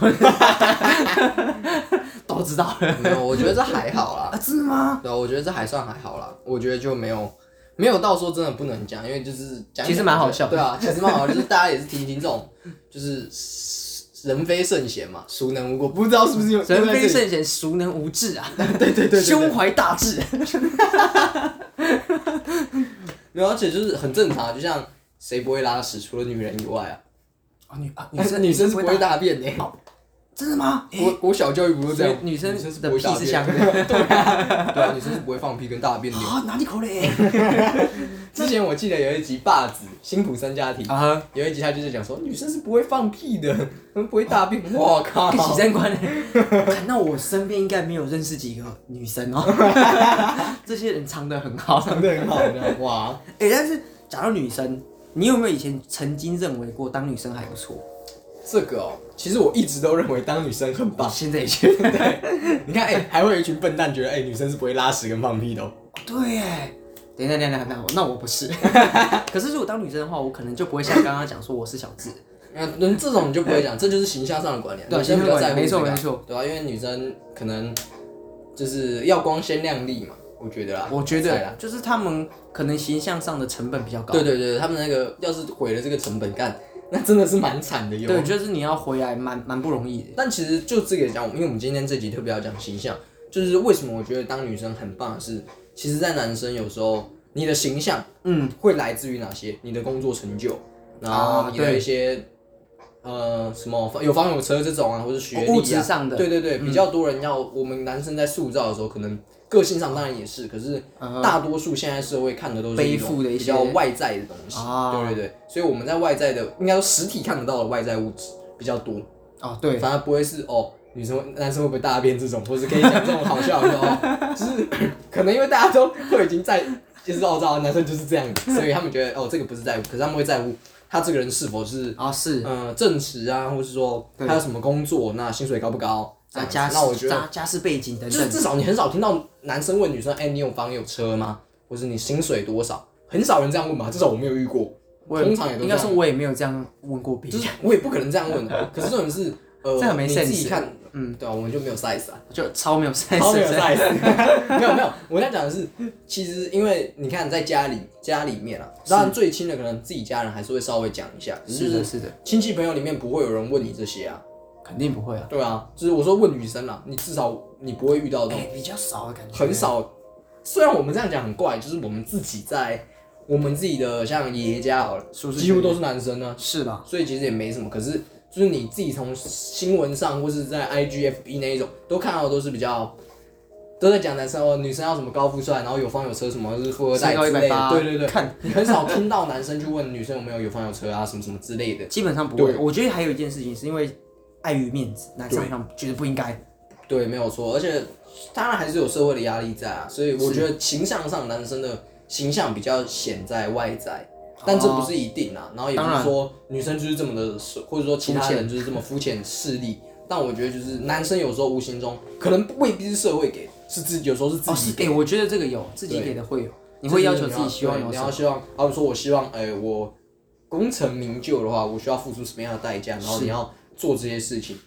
A: 都知道了
B: 没有，我觉得这还好啦。
A: 啊？真的吗？
B: 对，我觉得这还算还好啦。我觉得就没有没有到说真的不能讲，因为就是讲
A: 其实蛮好笑的
B: 对啊，其实蛮好笑，就是大家也是听听这种，就是人非圣贤嘛，孰能无过？不知道是不是有
A: 人非，
B: 对
A: 圣贤，孰能无志啊？
B: 对对对对对，
A: 胸怀大志，
B: 没啊有，而且就是很正常，就像谁不会拉屎，除了女人以外啊，
A: 哦，女啊，女
B: 但是
A: 生
B: 哎女生是不会
A: 大，
B: 大便的。
A: 真的吗？哎诶
B: 国国小教育不是这样
A: 所，以女生
B: 是
A: 的
B: 不会
A: 屁
B: 大
A: 是
B: 便
A: 香
B: 对啊， 对啊，女生是不会放屁跟大便的。
A: 啊，哪里口 嘞？
B: 之前我记得有一集霸子辛苦三家庭，
A: 啊，
B: 有一集他就是讲说女生是不会放屁的， 他们不会 大便。我靠！
A: 跟起三观 嘞。看那我身边应该没有认识几个女生哦， 这些人藏得很好。
B: 长得很好的哇，
A: 哎、但是讲到女生，你有没有以前曾经认为过当女生还不错？
B: 这个哦，其实我一直都认为当女生很 棒。
A: 啊现在也觉得
B: 你看，哎、还会有一群笨蛋觉得，哎、女生是不会拉屎跟放屁的、哦。
A: 对耶。等一下，等一下，等一下，那我不 是。可是如果当女生的话，我可能就不会像刚刚讲说我是小智。
B: 那那呃这种你就不会讲，这就是形象上的管理啊。
A: 哎对
B: 女生比较在乎、这个啊，
A: 形象管理没错没错
B: 对啊，因为女生可能就是要光鲜亮丽嘛，我觉得啦，
A: 我觉
B: 猜啦
A: 得就是他们可能形象上的成本比较高。
B: 对对对，他们那个要是毁了这个成本干，那真的是蛮惨的哟。
A: 对，就是你要回来蛮蛮不容易的。
B: 但其实就这个讲，因为我们今天这集特别要讲形象，就是为什么我觉得当女生很棒的是，其实，在男生有时候你的形象，嗯，会来自于哪些？你的工作成就，然后
A: 啊
B: 你的一些、呃什么有房有车这种啊，或者学历、啊
A: 哦物质上的嗯
B: 对对对，比较多人要、我们男生在塑造的时候，可能个性上当然也是，可是大多数现在社会看的都是
A: 嗯背
B: 一种
A: 负的一
B: 比较
A: 些
B: 外在的东西。
A: 啊
B: 对对对，所以我们在外在的，应该说实体看得到的外在物质比较多。
A: 哦，对，
B: 反而不会是哦，女生会男生会不会大便这种，或是可以讲这种好笑的 哦，就是可能因为大家都都已经在，就是哦，知道男生就是这样子，所以他们觉得哦这个不是在乎，可是他们会在乎他这个人是否是
A: 啊是，
B: 嗯、呃正直啊，或是说
A: 对
B: 他有什么工作，那薪水高不高，
A: 啊
B: 这样子
A: 家
B: 那我觉
A: 世
B: 得
A: 家家世背景等
B: 就是
A: 等，
B: 至少你很少听到男生问女生，哎、你有房有车吗？或是你薪水多少？很少人这样问吧，至少我没有遇过，
A: 我也
B: 通常也都
A: 应
B: 这
A: 该
B: 样
A: 说我也没有这样问过别
B: 就
A: 人
B: 是，我也不可能这样问啊的。可是这种是，呃，
A: 这很没
B: 你自
A: sense
B: 己看，嗯，对啊，我们就没有 size 啊，
A: 就超没有 sense，
B: 超没有
A: 真的
B: size，没有没 有。我在讲的是，其实因为你看在家里家里面啊，当然最亲的可能自己家人还是会稍微讲一下，可
A: 是
B: 就
A: 的，
B: 是
A: 是的，
B: 亲戚朋友里面不会有人问你这些啊，
A: 肯定不会啊，
B: 对啊，就是我说问女生啦，你至少你不会遇到这种
A: 哎，比较少的感觉，
B: 很少。虽然我们这样讲很怪，就是我们自己在我们自己的像爷爷家好了，
A: 舒适圈
B: 几乎都是男生呢、啊
A: 是啦，
B: 所以其实也没什么。可是就是你自己从新闻上或是在 IGFB 那一种都看到的都是比较。都在讲男生哦，女生要什么高富帅，然后有房有车什么，就是富二代
A: 身高
B: 之类的。
A: 180
B: 对对对，
A: 看
B: 你很少听到男生去问女生有没有有房有车啊，什么什么之类的。
A: 基本上不会。
B: 对
A: 我觉得还有一件事情是因为碍于面子，男生好像觉得不应该，
B: 对，没有错。而且当然还是有社会的压力在啊，所以我觉得形象上男生的形象比较显在外在，但这不是一定啊。然后也不
A: 哦当然
B: 是说女生就是这么的，或者说其他人就是这么肤浅势利。但我觉得就是男生有时候无形中可能未必是社会给，是自己有时候是自
A: 哦
B: 己
A: 是，
B: 给。
A: 哎，我觉得这个有自己给的会有，你会要求自己希望
B: 对
A: 有
B: 你
A: 什
B: 要
A: 么？
B: 希望，好比说我希望，哎、我功成名就的话，我需要付出什么样的代价，然后你要做这些事情，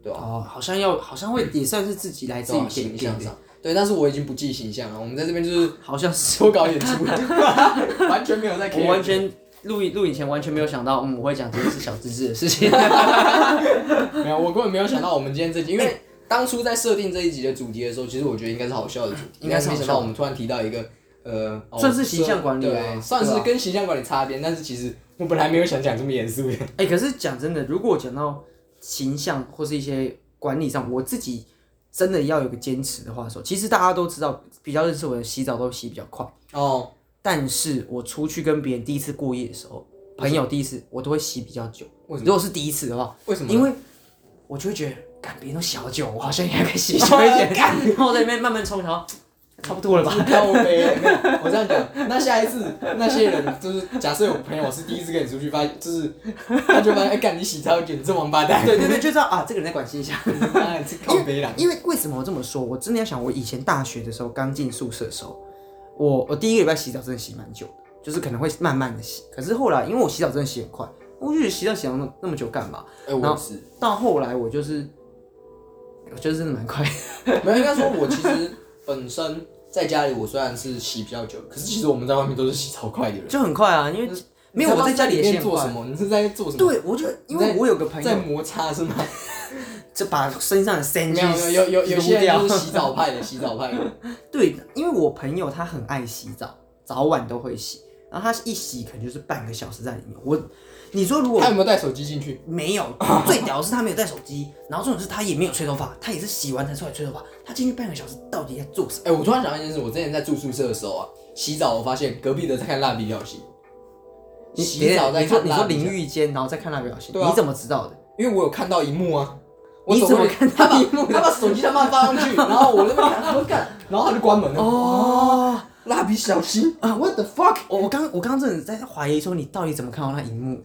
B: 对吧、
A: 哦，好像要，好像会也算是自己来自
B: 对啊
A: 于给
B: 形
A: 给
B: 象
A: 的，
B: 上。对，但是我已经不计形象了。我们在这边就是
A: 好像是。
B: 脱稿演出， 完全没有在 care。
A: 我完全录影录影前完全没有想到，嗯，我会讲这件是小资质的事 情。
B: 没有，我根本没有想到我们今天这集，因为当初在设定这一集的主题的时候，其实我觉得应该是好笑的主题，
A: 应该是好
B: 没
A: 笑的
B: 想到我们突然提到一个呃，哦
A: 算是形象管理啊对
B: 对，
A: 啊
B: 算是跟形象管理差一点，但是其实我本来没有想讲这么严肃的。
A: 哎、可是讲真的，如果讲到形象或是一些管理上，我自己真的要有个坚持的话说，其实大家都知道，比较认识我的洗澡都洗比较快，
B: 哦，
A: 但是我出去跟别人第一次过夜的时候，朋友第一次我都会洗比较久。
B: 为什
A: 如果是第一次的话，
B: 为什么呢？
A: 因 为我就会觉得，干别人都洗好久，我好像也可以 洗久一点，然后我在里面慢慢冲，然后差不多了吧。
B: 靠背，没有，我这样讲，那下一次那些人就是假设有朋友是第一次跟你出去，发现就是他就发现哎，干你洗超久，你这王八蛋，
A: 对对对，就知道啊，这个人在管心一下。
B: 妈的，是靠背啦。
A: 因为为什么我这么说？我真的要想，我以前大学的时候，刚进宿舍的时候，我我第一个礼拜洗澡真的洗蛮久的，就是可能会慢慢的洗。可是后来，因为我洗澡真的洗很快，我就觉得洗澡洗了那那么久干嘛？
B: 哎，我也是。
A: 到后来我就是，我觉得真的蛮快的。
B: 没有，应该说我其实本身在家里，我虽然是洗比较久，可是其实我们在外面都是洗超快的人。
A: 就很快啊，因为没有
B: 你
A: 我
B: 知道
A: 在家里也
B: 里
A: 洗
B: 面
A: 很
B: 做
A: 快
B: 什。么？你是在做什么？，
A: 对，我就因为我有个朋
B: 在
A: 友，
B: 摩擦是吗？
A: 就把身上的三
B: 没
A: 菌
B: 有，有有有有
A: 撸
B: 些人
A: 掉
B: 就。是洗澡派的，洗澡派的。
A: 对，因为我朋友他很爱洗澡，早晚都会洗，然后他一洗可能就是半个小时在里面。我，你说如果
B: 他有没有带手机进去？
A: 没有， 最屌的是他没有带手机，然后重点是他也没有吹头发，他也是洗完才出来吹头发。他进去半个小时，到底在做什么？
B: 哎、我突然想到一件事，我之前在住宿舍的时候啊，洗澡我发现隔壁的在看蜡笔小新。洗澡在
A: 你说
B: 看
A: 你
B: 蜡
A: 说
B: 笔小
A: 淋
B: 新，
A: 浴间，然后再看那个表情，
B: 对啊
A: 你怎么知道的？
B: 因为我有看到一幕啊。
A: 你
B: 手
A: 怎么
B: 会
A: 看到
B: 他把
A: 一幕的
B: 他把手机他妈放上去，然后我在那边看，我干，然后他就关门了。
A: 哦，
B: 蜡笔小新啊，What the fuck！
A: 我我刚我刚真的在怀疑说你到底怎么看到那荧 幕，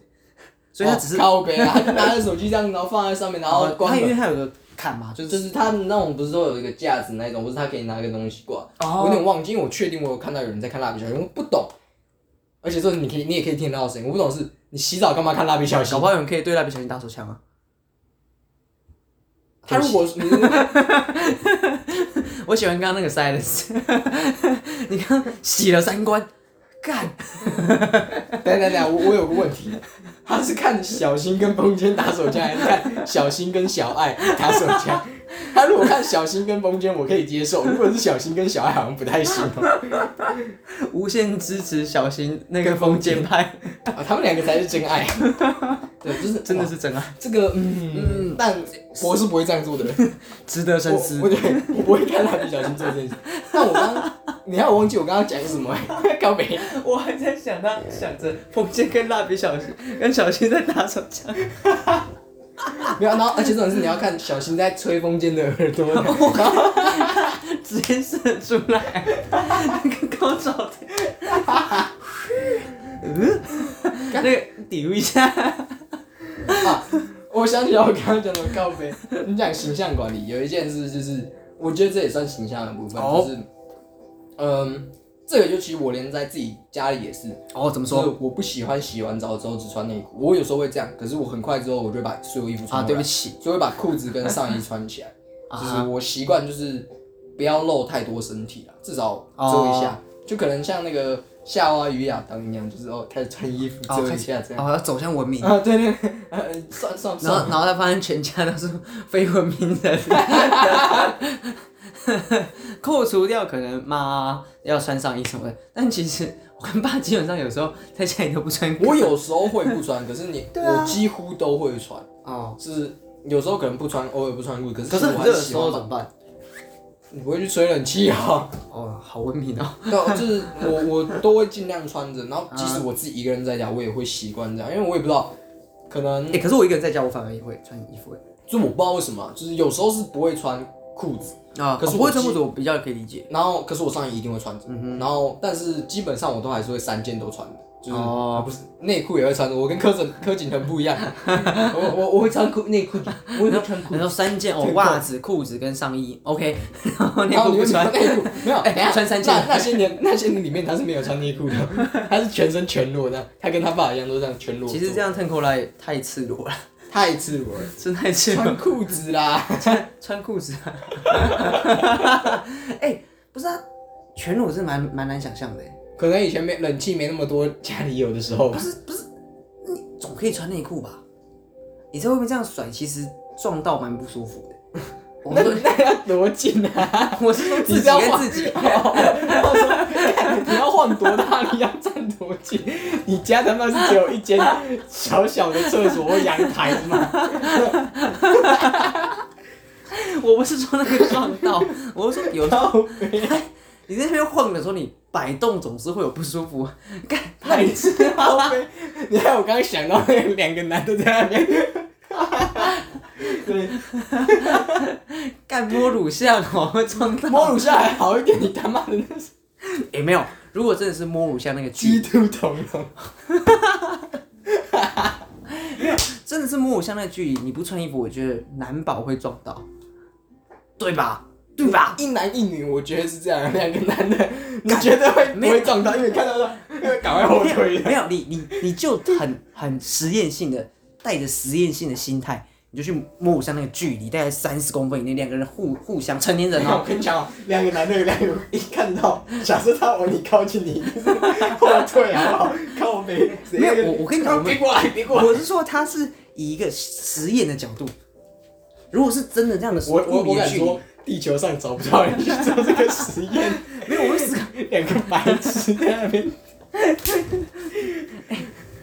A: 所以他只是、呃哦
B: 哦靠北啊，他就拿着手机这样，然后放在上面，然后关
A: 他因为
B: 门。
A: 他有个坎嘛，就是
B: 就是他们那种不是都有一个架子那一种，或是他可以拿一个东西挂。
A: 哦
B: 我有点忘记，因为我确定我有看到有人在看蜡笔小新，我不懂。而且这你可以，你也可以听得到的声音。我不懂是，你洗澡干嘛看蜡笔小新
A: 搞？不好有人可以对蜡笔小新打手枪啊。
B: 他如果你 你
A: 我喜欢刚刚那个 silence，你刚洗了三关，干，
B: 等等等，我我有个问题，他是看小新跟风间打手枪，还是看小新跟小爱打手枪？ 他如果看小新跟风间，我可以接受；如果是小新跟小爱，好像不太行哦、
A: 无限支持小新那个封建派，
B: 啊他们两个才是真爱。对，就是
A: 真的是真爱，
B: 哇这个，嗯，但我是不会这样做的人。
A: 值得深
B: 我我
A: 思。
B: 对，我不会看蜡笔小新做这件事。但我刚刚，你还有忘记我刚刚讲什么、 欸？高北，
A: 我还在想他想着封建跟蜡笔小新跟小新在打手枪，
B: 没有。然后，而且重点是你要看小新在吹风间的耳朵，
A: 直接射出来，那个高潮的，嗯，那个丢一下，
B: 啊，我想起来我刚刚讲的告白，你讲形象管理有一件事就是，我觉得这也算形象的部分，
A: 哦
B: 就是，嗯，这个就其实我连在自己家里也是，
A: 哦，怎么
B: 就是？我不喜欢洗完澡之后只穿内裤，我有时候会这样，可是我很快之后我就会把所有衣服穿
A: 啊，
B: 回
A: 对
B: 来
A: 不，起，啊
B: 就会把裤子跟上衣穿 起来，就是我习惯就是不要露太多身体了，至少遮一
A: 哦
B: 下，就可能像那个夏娃与亚当一样，就是哦开始穿衣服
A: 哦
B: 遮一下这样。
A: 哦，要走向文明，
B: 啊， 对对，对呃算算
A: 然
B: 算
A: 后，然后他发现全家都是非文明人，扣除掉可能妈要穿上衣什么的，但其实我跟爸基本上有时候在家里都不穿裤。
B: 我有时候会不穿，可是 你、
A: 对啊
B: 我几乎都会穿，
A: 哦，
B: 是有时候可能不穿，偶尔不穿裤，可是
A: 可是
B: 其实我
A: 很
B: 还
A: 热
B: 是
A: 的
B: 喜
A: 时
B: 欢
A: 候
B: 把
A: 怎么办？
B: 你不会去吹冷气啊？
A: 哦，好文明哦。
B: 对啊，就是 我我都会尽量穿着，然后即使我自己一个人在家，我也会习惯这样，因为我也不知道，可能
A: 哎、可是我一个人在家，我反而也会穿衣服。
B: 就我不知道为什么啊，就是有时候是不会穿裤子，
A: 啊
B: 可是我
A: 不会穿裤子，我比较可以理解。
B: 然后可是我上衣一定会穿
A: 嗯
B: 着，然后但是基本上我都还是会三件都穿的，就是、
A: 哦
B: 啊不是内裤也会穿着，我跟柯景柯景腾不 一样，我我我会穿裤内裤，我也会穿裤
A: 然后三件 哦，袜子、裤子跟上衣，OK，然 后内
B: 然后
A: 裤
B: 你
A: 不
B: 为什么
A: 穿，
B: 内裤没有，
A: 哎
B: 等一下
A: 穿三件
B: 那那些年那些年里面他是没有穿内裤的，他是全身全裸的，他跟他爸一样都这样全 裸。
A: 其实这样蹭过来太赤裸了，
B: 太赤裸了，
A: 真太赤裸了。
B: 穿裤子啦。
A: 穿 穿裤 子、啊，哎、不是啊，全裸是蛮蛮难想象的，
B: 可能以前没冷气没那么多，家里有的时候
A: 不，是不是，你总可以穿内裤吧？你在外面这样甩，其实撞到蛮不舒服 的。我
B: 那
A: 说
B: 那要多近 啊？
A: 我是说自
B: 你
A: 己
B: 不要
A: 跟
B: 晃
A: 自 己，
B: 然后说干你要晃多大，你要站多 近？你家他妈是只有一间小小的厕所或阳台吗？
A: 我不是说那个撞到， 我是说有时候 哎
B: 靠
A: 你在那边晃的时候，你摆动总是会有不舒服。 干，
B: 那啊你知道吗？ 你看我刚刚想到那两个男的在那 边，对，
A: 干摸乳像哦，会撞到。
B: 摸乳下还好一点，你他妈的那是
A: 哎、没有，如果真的是摸乳像那个
B: 鸡
A: 距，
B: 兔同笼。
A: 真的是摸乳像那个距离，你不穿衣服，我觉得难保会撞到，对吧？对 吧？
B: 一男一女，我觉得是这样，两个男的，你觉得会不
A: 没有
B: 会撞到？因为看到他，因为赶快后退的。
A: 没有，你你你就很很实验性的，带着实验性的心态，你就去摸乳像那个距离，大概三十公分以内，两个人互互相成年人
B: 然后
A: 哦，
B: 我跟你讲哦，两个男的，两个一看到，假设他往你靠近，你一 定是后退好不好？靠背。
A: 没有我我跟你讲我们
B: 别过来，别过来。
A: 我是说他是以一个实验的角度，如果是真的这样的
B: 我我
A: 物理
B: 我
A: 的
B: 敢
A: 距离，
B: 说，地球上找不到人去做这个实验。
A: 没有，我会思考。
B: 两个白痴在 那边。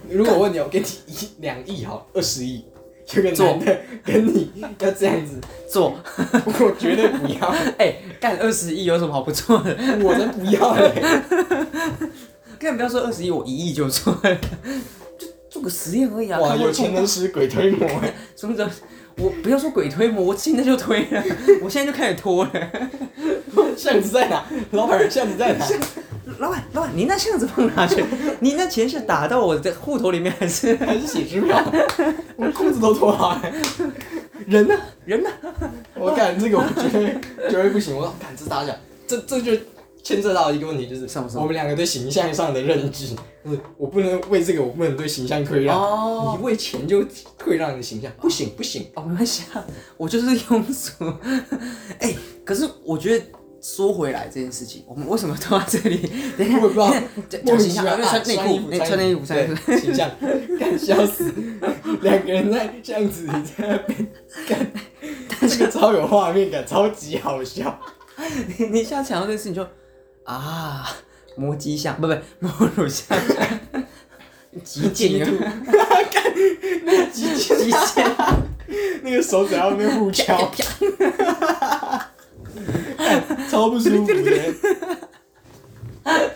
B: 如果我问你，我给你一两亿好，二十亿，有个男的跟你要这样子，
A: 做，
B: 我绝对不要，
A: 哎、干二十亿有什么好不做的？
B: 我才不要嘞！
A: 更不要说二十亿，我一亿就做了， 就做个实验而已啊。
B: 哇，
A: 看会
B: 有
A: 做
B: 钱能使鬼推磨，欸
A: 什么的，我不要说鬼推磨，我现在就推了， 我现在就开始拖了。
B: 巷子在哪？老板，巷子在哪？
A: 老板，老板，您那箱子放哪去？ 您那钱是打到我的户头里面还是
B: 还是写支票？我裤子都脱好了，人呢？
A: 人呢？
B: 我感这个我绝对绝对不行，我感这大家，这这就牵涉到一个问题，就是
A: 什么什么
B: 我们两个对形象上的认知，就是我不能为这个，我不能对形象退让，
A: 哦
B: 你为钱就退让你的形象，不行不行，
A: 哦，没关系啊，我就是庸俗。哎、可是我觉得说回来这件事情，我们为什么都到这里？等一下，
B: 我也不知道
A: 讲讲
B: 莫名
A: 形
B: 其
A: 象，
B: 妙
A: 因为穿
B: 啊
A: 内
B: 衣
A: 裤，
B: 服
A: 内穿内衣服，穿内裤。
B: 对形象，干笑死，两个人在巷子里在那边干，这个超有画面感，超级好笑。
A: 你 你下次想到这个事情就啊，摸鸡像，不不，摸乳像，极简啊
B: 极度极简，
A: 极简，
B: 那个手指还要在那边互
A: 啪
B: 敲，
A: 啪
B: 超不舒服的。欸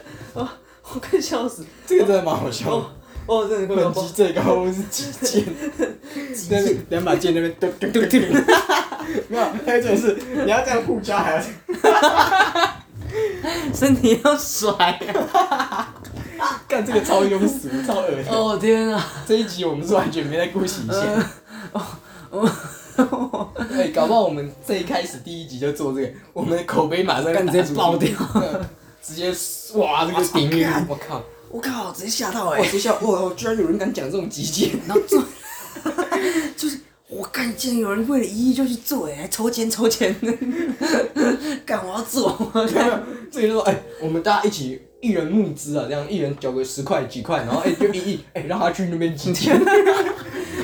A: 我快笑死！
B: 这个真的蛮好笑的。
A: 哦，真的快要
B: 本
A: 爆
B: 集最高是极剑，在那两把剑那边嘟嘟嘟嘟。没有，还有一种是你要这样互敲，还要这样
A: 身体要甩。
B: 干这个超庸俗，超恶心。
A: 哦呃天啊！
B: 这一集我们是完全没在顾形象。
A: 哦我
B: 对，搞不好我们这一开始第一集就做这个，我们的口碑马上
A: 干直接爆掉，
B: 嗯直接哇这个顶域，我靠！
A: 我靠，直接吓到哎、
B: 我哦学校哇，居然有人敢讲这种极简，
A: 然后做， 就是我看见有人为了一亿就去做哎、还筹钱筹钱， 干我要做，
B: 这个就说哎，我们大家一起一人募资啊，这样一人缴个十块几块，然后哎就一亿，哎让他去那边极简，哦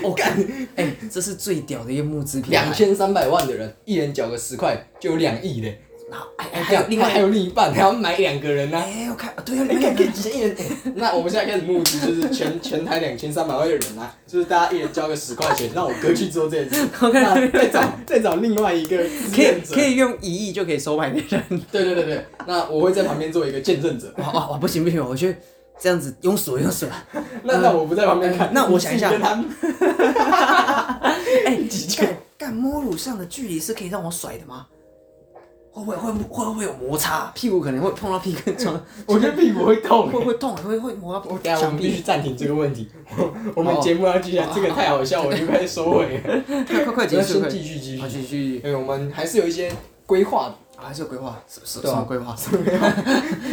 A: 我干 哎、这是最屌的一个募资平台。
B: 两千三百万的人，一人缴个十块就有两亿嘞，
A: 然后哎
B: 哎
A: 还有另外
B: 还有另一半还要买两个人呢、
A: 哎、我看对啊，
B: 你
A: 你
B: 看，
A: 看
B: 可以极限一人。那我们现在开始募资，就是全全台两千三百万个人啊，就是大家一人交个十块钱，让我哥去做这件事。
A: OK
B: 那再找再找另外一个
A: 可
B: 志
A: 以
B: 愿者
A: 可。以用一亿就可以收买别 人。
B: 对对对对，那我会在旁边做一个见证者。
A: 哇哇哇，不行不行，我觉得这样子庸俗 庸俗了。
B: 那那我不在旁边看，
A: 那我想一下
B: 你自己跟他们
A: 哎、
B: 急救
A: 干干摸乳上的距离是可以让我甩的吗？会不会会会不会有摩擦？屁股可能会碰到屁股床，
B: 我觉得屁股会痛、
A: 会会痛，会会哦磨到
B: 我等下我
A: 墙
B: 们必须
A: 壁。
B: 暂停这个 问题，我我们节目要继续，啊这个太好笑，我就快收尾 了。
A: 快快快结
B: 那
A: 束，
B: 先
A: 快
B: 继续继续
A: 啊，继续
B: 因为我们还是有一些规划的。
A: 啊，还是有规划，什什
B: 对啊
A: 什么规 划？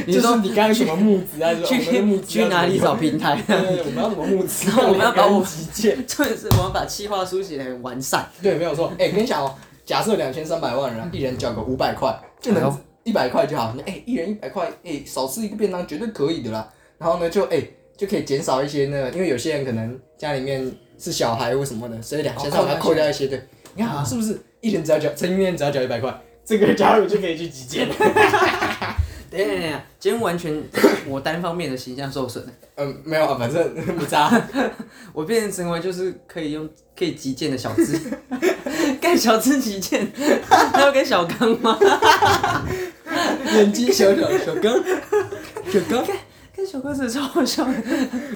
A: 你
B: 就
A: 说
B: 是你刚刚什么募资啊？
A: 去
B: 什么我们的募资
A: 去
B: 要怎么
A: 哪里
B: 用
A: 找平台？
B: 对 对对，我们要怎么募资？
A: 然后我们要 把我
B: 极简。
A: 重点是我们把企划书写的很完善，
B: 对，没有错。哎、跟你讲哦，假设两千三百万人啊，一人缴个五百块，就
A: 哎
B: 能
A: 呦
B: 一百块就好。哎、一人一百块，哎、少吃一个便当绝对可以的啦。然后呢，就哎、就可以减少一些那个，因为有些人可能家里面是小孩或什么的，所以两千三百
A: 哦
B: 扣掉一些对。你看、
A: 啊
B: 是不是一人只要缴，成年人只要缴一百块，这个加入就可以去极简了。
A: 等一下等一下，今天完全我单方面的形象受损了，
B: 嗯，没有啊，反正不渣。
A: 我变成为就是可以用可以击剑的小资， 干小资击剑，还要跟小刚吗？
B: 眼睛小小小哥，小哥。
A: 跟小刚子超好笑的，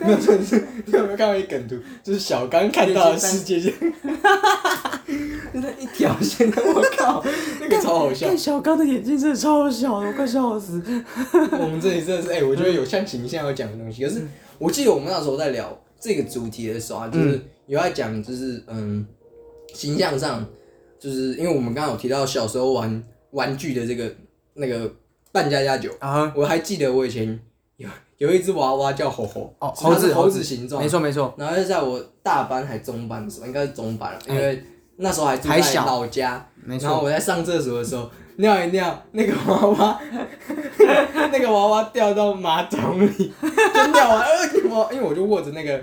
B: 没有，就是你有没有看过一个梗图？就是小刚看到的世 界线，
A: 那一条
B: 表现的我靠，那个超好笑
A: 看。小刚的眼睛真的超小的，我快笑死。
B: 我们这里真
A: 嗯
B: 的是，哎、我觉得有像形象要讲的东西。可是我记得我们那时候在聊这个主题的时候啊，
A: 嗯
B: 就是有在讲，就是嗯，形象上，就是因为我们刚刚有提到小时候玩玩具的这个那个扮家家酒，
A: 啊，
B: 我还记得我以前有有一只娃娃叫猴猴，
A: 哦
B: 是它是
A: 猴子
B: 猴
A: 猴子
B: 子形状
A: 没，错没错，
B: 然后就在我大班还中班的时候，应该是中班了，因为那时候还住在
A: 哎还小
B: 老家。
A: 没
B: 然后
A: 错。
B: 我在上厕所的时候尿一尿，那个娃娃， 那个娃娃掉到马桶里，就尿完，呃，我因为我就握着那个